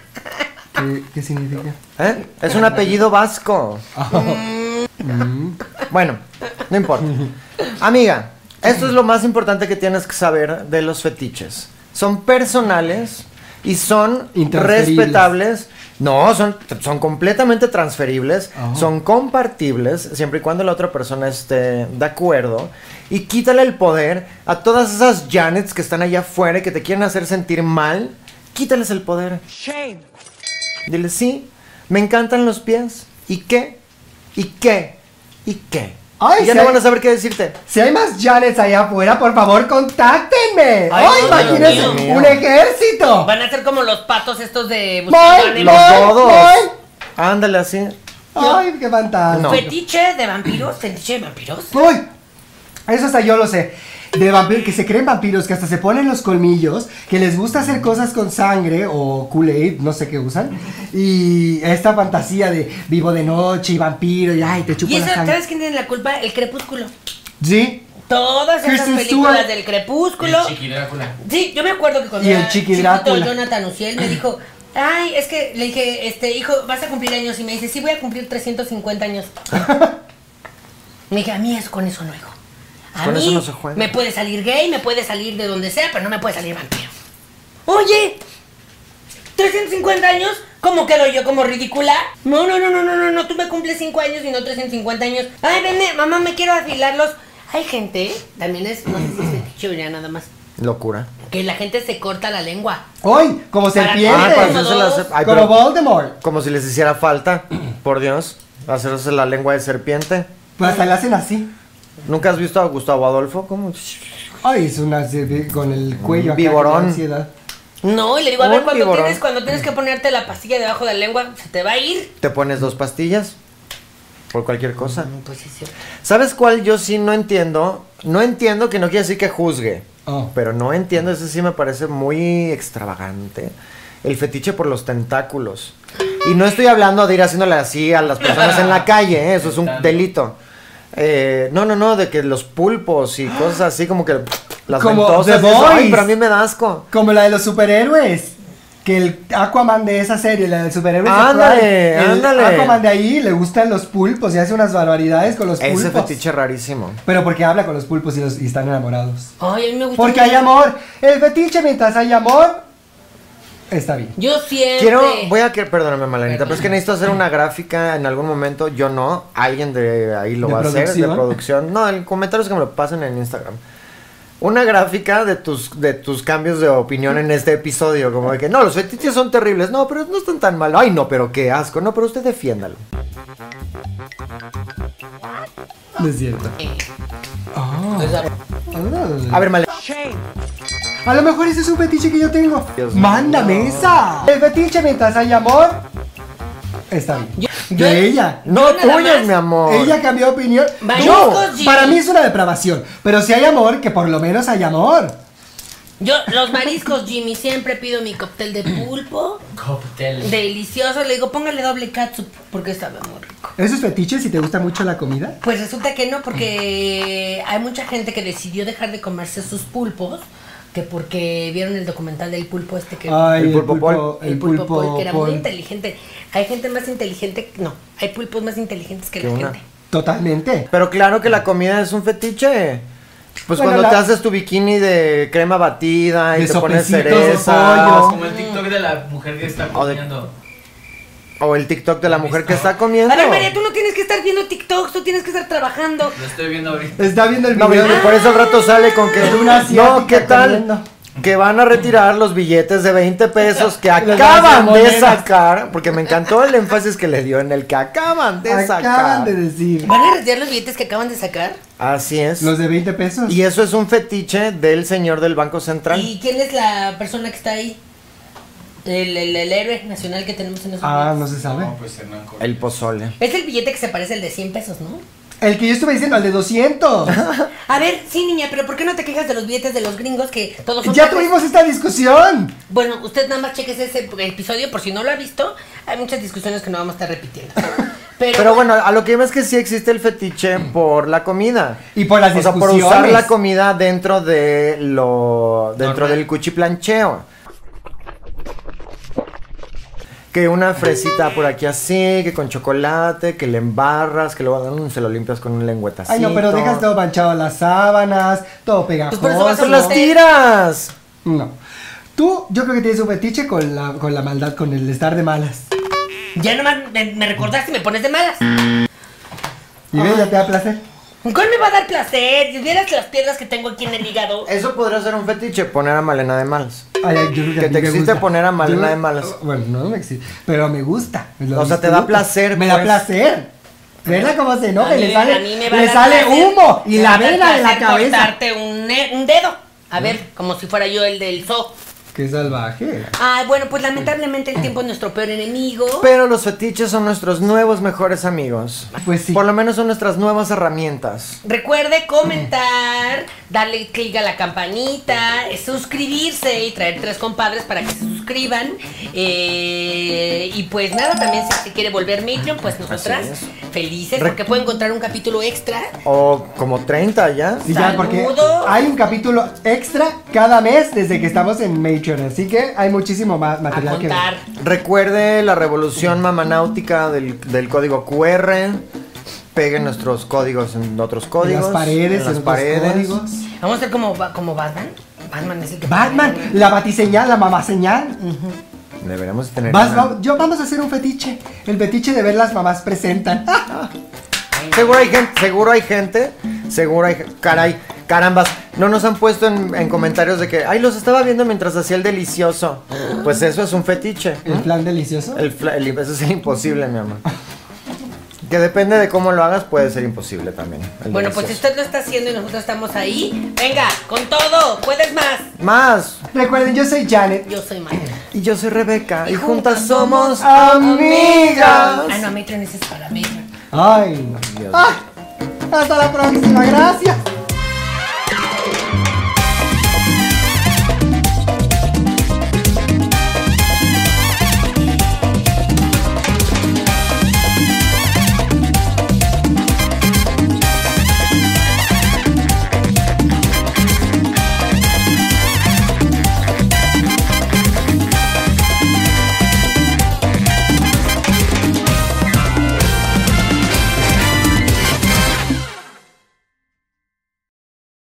¿Qué, qué significa? ¿Eh? Es un apellido vasco. Mm. Bueno, no importa. Amiga, esto es lo más importante que tienes que saber de los fetiches. Son personales y son Intransferibles. respetables. No, son, son completamente transferibles, Ajá. son compartibles, siempre y cuando la otra persona esté de acuerdo. Y quítale el poder a todas esas Janets que están allá afuera y que te quieren hacer sentir mal. Quítales el poder. Dile, sí, me encantan los pies. ¿Y qué? ¿Y qué? ¿Y qué? Ay, Y ya sí. no van a saber qué decirte. Si hay más Janets allá afuera, por favor, contáctenme. Ay, Ay, no, imagínense Dios mío. un ejército. Van a ser como los patos estos de... Voy, Los voy, todos. voy. Ándale así. Ay, qué fantasma. No. Fetiche de vampiros, fetiche de vampiros. ¡Uy! Eso hasta yo lo sé. De vampiros, que se creen vampiros, que hasta se ponen los colmillos, que les gusta hacer cosas con sangre o Kool-Aid, no sé qué usan. Y esta fantasía de vivo de noche y vampiro y ay, te chupo Y eso, la sangre. ¿sabes quién tiene la culpa? El crepúsculo. Sí. Todas esas Kristen películas Stewart. del El crepúsculo. Chiqui Drácula. Sí, yo me acuerdo que cuando Y el era Chiqui chiquito, Drácula. Jonathan Uciel me dijo, ay, es que le dije, este, hijo, vas a cumplir años. Y me dice, sí, voy a cumplir 350 años. me dije, a mí eso con eso no, hijo. A Con mí eso no se juega. me puede salir gay, me puede salir de donde sea, pero no me puede salir vampiro. Oye, 350 años, ¿cómo quedo yo como ridícula? No, no, no, no, no, no, no, tú me cumples 5 años y no 350 años. Ay, vene, mamá, me quiero afilarlos. Hay gente, también es, no sé si es fetiche o ya nada más, Locura. que la gente se corta la lengua. ¡Uy! Como Ah, serpiente. para como hacerse las- ay, como pero- Voldemort. como si les hiciera falta. Por Dios. Hacerse la lengua de serpiente. Pues hasta le hacen así. ¿Nunca has visto a Gustavo Adolfo? ¿Cómo? Ay, es una serpi- con el cuello acá, Viborón. con la ansiedad. No, y le digo, a Un ver, cuando víbora. tienes, cuando tienes que ponerte la pastilla debajo de la lengua, se te va a ir. Te pones dos pastillas. Por cualquier cosa. Pues sí, sí. ¿Sabes cuál yo sí no entiendo? No entiendo que no quiere decir que juzgue. Oh. Pero no entiendo, ese sí me parece muy extravagante. El fetiche por los tentáculos. Y no estoy hablando de ir haciéndole así a las personas en la calle, ¿eh? eso es un delito. Eh, no, no, no, de que los pulpos y cosas así como que las Como ventosas. The y eso, ay, Boys. pero a mí me da asco. Como la de los superhéroes. que el Aquaman de esa serie, la del superhéroe Ándale, sexual, el ándale. Aquaman de ahí le gustan los pulpos y hace unas barbaridades con los Ese pulpos. fetiche rarísimo. Pero porque habla con los pulpos y, los, y están enamorados. Ay, a mí me gusta. Porque hay amor. El fetiche mientras hay amor está bien. Yo siempre. Quiero, voy a que, perdóname, Malenita, pero es que necesito hacer una gráfica en algún momento. Yo no, alguien de ahí lo ¿De va a hacer, de producción? producción. No, en comentarios que me lo pasen en Instagram. Una gráfica de tus, de tus cambios de opinión en este episodio, como de que no, los fetiches son terribles, no, pero no están tan mal. Ay, no, pero qué asco, no, pero usted defiéndalo. No es cierto. Ah. A ver, Malenita. A lo mejor ese es un fetiche que yo tengo. Dios mío. ¡Mándame esa! El fetiche mientras hay amor está bien. yo- de ella. No nada tuyas, más. mi amor. Ella cambió de opinión. Vayamos No, con G. para mí es una depravación. Pero si hay amor, que por lo menos hay amor. Yo, los mariscos, Jimmy, siempre pido mi cóctel de pulpo. Cóctel. Delicioso. Le digo, póngale doble catsup porque sabe muy rico. ¿Eso es fetiche si te gusta mucho la comida? Pues resulta que no, porque hay mucha gente que decidió dejar de comerse sus pulpos. Que porque vieron el documental del pulpo este que. Ay, El pulpo el, pulpo, Paul, que era muy Paul. inteligente. Hay gente más inteligente. No, hay pulpos más inteligentes que Que la una. gente. Totalmente. Pero claro que la comida es un fetiche. Pues Bueno, cuando la- te haces tu bikini de crema batida y De te pones sopecitos de cerezas. pollo. Como el TikTok de la mujer que está O de- comiendo. O el TikTok de la mujer que está comiendo. A ver, María, tú no tienes que estar viendo TikToks, tú tienes que estar trabajando. Lo estoy viendo ahorita. Está viendo el No, video baby, de- por eso al rato sale con que. De una asiática No, ¿qué tal? comiendo. Que van a retirar los billetes de 20 pesos que van a hacer acaban de monedas. sacar. Porque me encantó el énfasis que le dio en el que acaban de Acaban sacar. de decir. ¿Van a retirar los billetes que acaban de sacar? Así es. Los de 20 pesos. Y eso es un fetiche del señor del Banco Central. ¿Y quién es la persona que está ahí? El, el- el héroe nacional que tenemos en esos Ah, no billetes. se sabe. No, pues Hernán Cortés. El pozole. Es el billete que se parece al de 100 pesos, ¿no? El que yo estuve diciendo, el de 200. A ver, sí, niña, pero ¿por qué no te quejas de los billetes de los gringos que todos son... ya pares? tuvimos esta discusión. Bueno, usted nada más cheques ese episodio por si no lo ha visto. Hay muchas discusiones que no vamos a estar repitiendo. Pero, Pero bueno, a lo que iba es que sí existe el fetiche por la comida. Mm. Y por las O sea, por discusiones. usar la comida dentro de lo. dentro Normal. del cuchiplancheo. Que una fresita por aquí así, que con chocolate, que le embarras, que luego mm, se lo limpias con un lengüetacito. Ay, no, pero dejas todo manchado las sábanas, todo pegajoso. por eso vas a ¡Pues las usted. tiras! No. Tú, yo creo que tienes un fetiche con la, con la maldad, con el estar de malas. ya nomás me, me recordaste y me pones de malas. Y ves, ya te da placer. ¿Cuál me va a dar placer? Si vieras las piedras que tengo aquí en el hígado. Eh, Eso podría ser un fetiche, poner a Malena de malas. Ay, ay, yo creo Que a ti te me existe poner a Malena Yo- Oh, de malas. Bueno, no me existe, pero me gusta. lo O sea, te da disfruto. placer, Me da pues. placer. Verla cómo se enoja A y mí- le sale, a mí me va a le dar sale placer- humo y me va la a dar vena de la placer cabeza. Mm. cortarte un, ne- un dedo. A ver, como si fuera yo el del zoo. Qué salvaje. Ay, bueno, pues lamentablemente el tiempo es nuestro peor enemigo. Pero los fetiches son nuestros nuevos mejores amigos. Pues sí. Por lo menos son nuestras nuevas herramientas. Recuerde comentar, darle clic a la campanita, eh, suscribirse y traer tres compadres para que se suscriban. Eh, y pues nada, también si se quiere volver Patreon, pues nosotras Así felices Re- porque puede encontrar un capítulo extra. O como 30 ya. Y ya, porque Saludos. hay un capítulo extra cada mes desde que estamos en Matreon, así que hay muchísimo más A material Ah, que ver. contar. Recuerde la revolución mamanáutica del, del código QR. Peguen nuestros códigos en otros En códigos. las paredes, en en las los paredes. códigos. Vamos a ser como, Ba- como Batman. Batman es el que. Batman, la batiseñal, la mamá señal. Deberemos tener. Vas- una- va- yo vamos a hacer un fetiche. El fetiche de ver las mamás presentan. Seguro hay gente, seguro hay gente, seguro hay gen- caray, carambas, no nos han puesto en, en comentarios de que, ay, los estaba viendo mientras hacía el delicioso. Pues eso es un fetiche. El plan delicioso. El, fla- el- eso es imposible, mi amor. Que depende de cómo lo hagas, puede ser imposible también. el Bueno, pues delicioso. si usted lo está haciendo y nosotros estamos ahí, venga, con todo, puedes más. Más. Recuerden, yo soy Janet. Yo soy Mayra. Y yo soy Rebeca. Y, juntas somos amigas. Ah, no, Matron, ese es para Matron. Ay, no. Dios. Ah, hasta la próxima, gracias.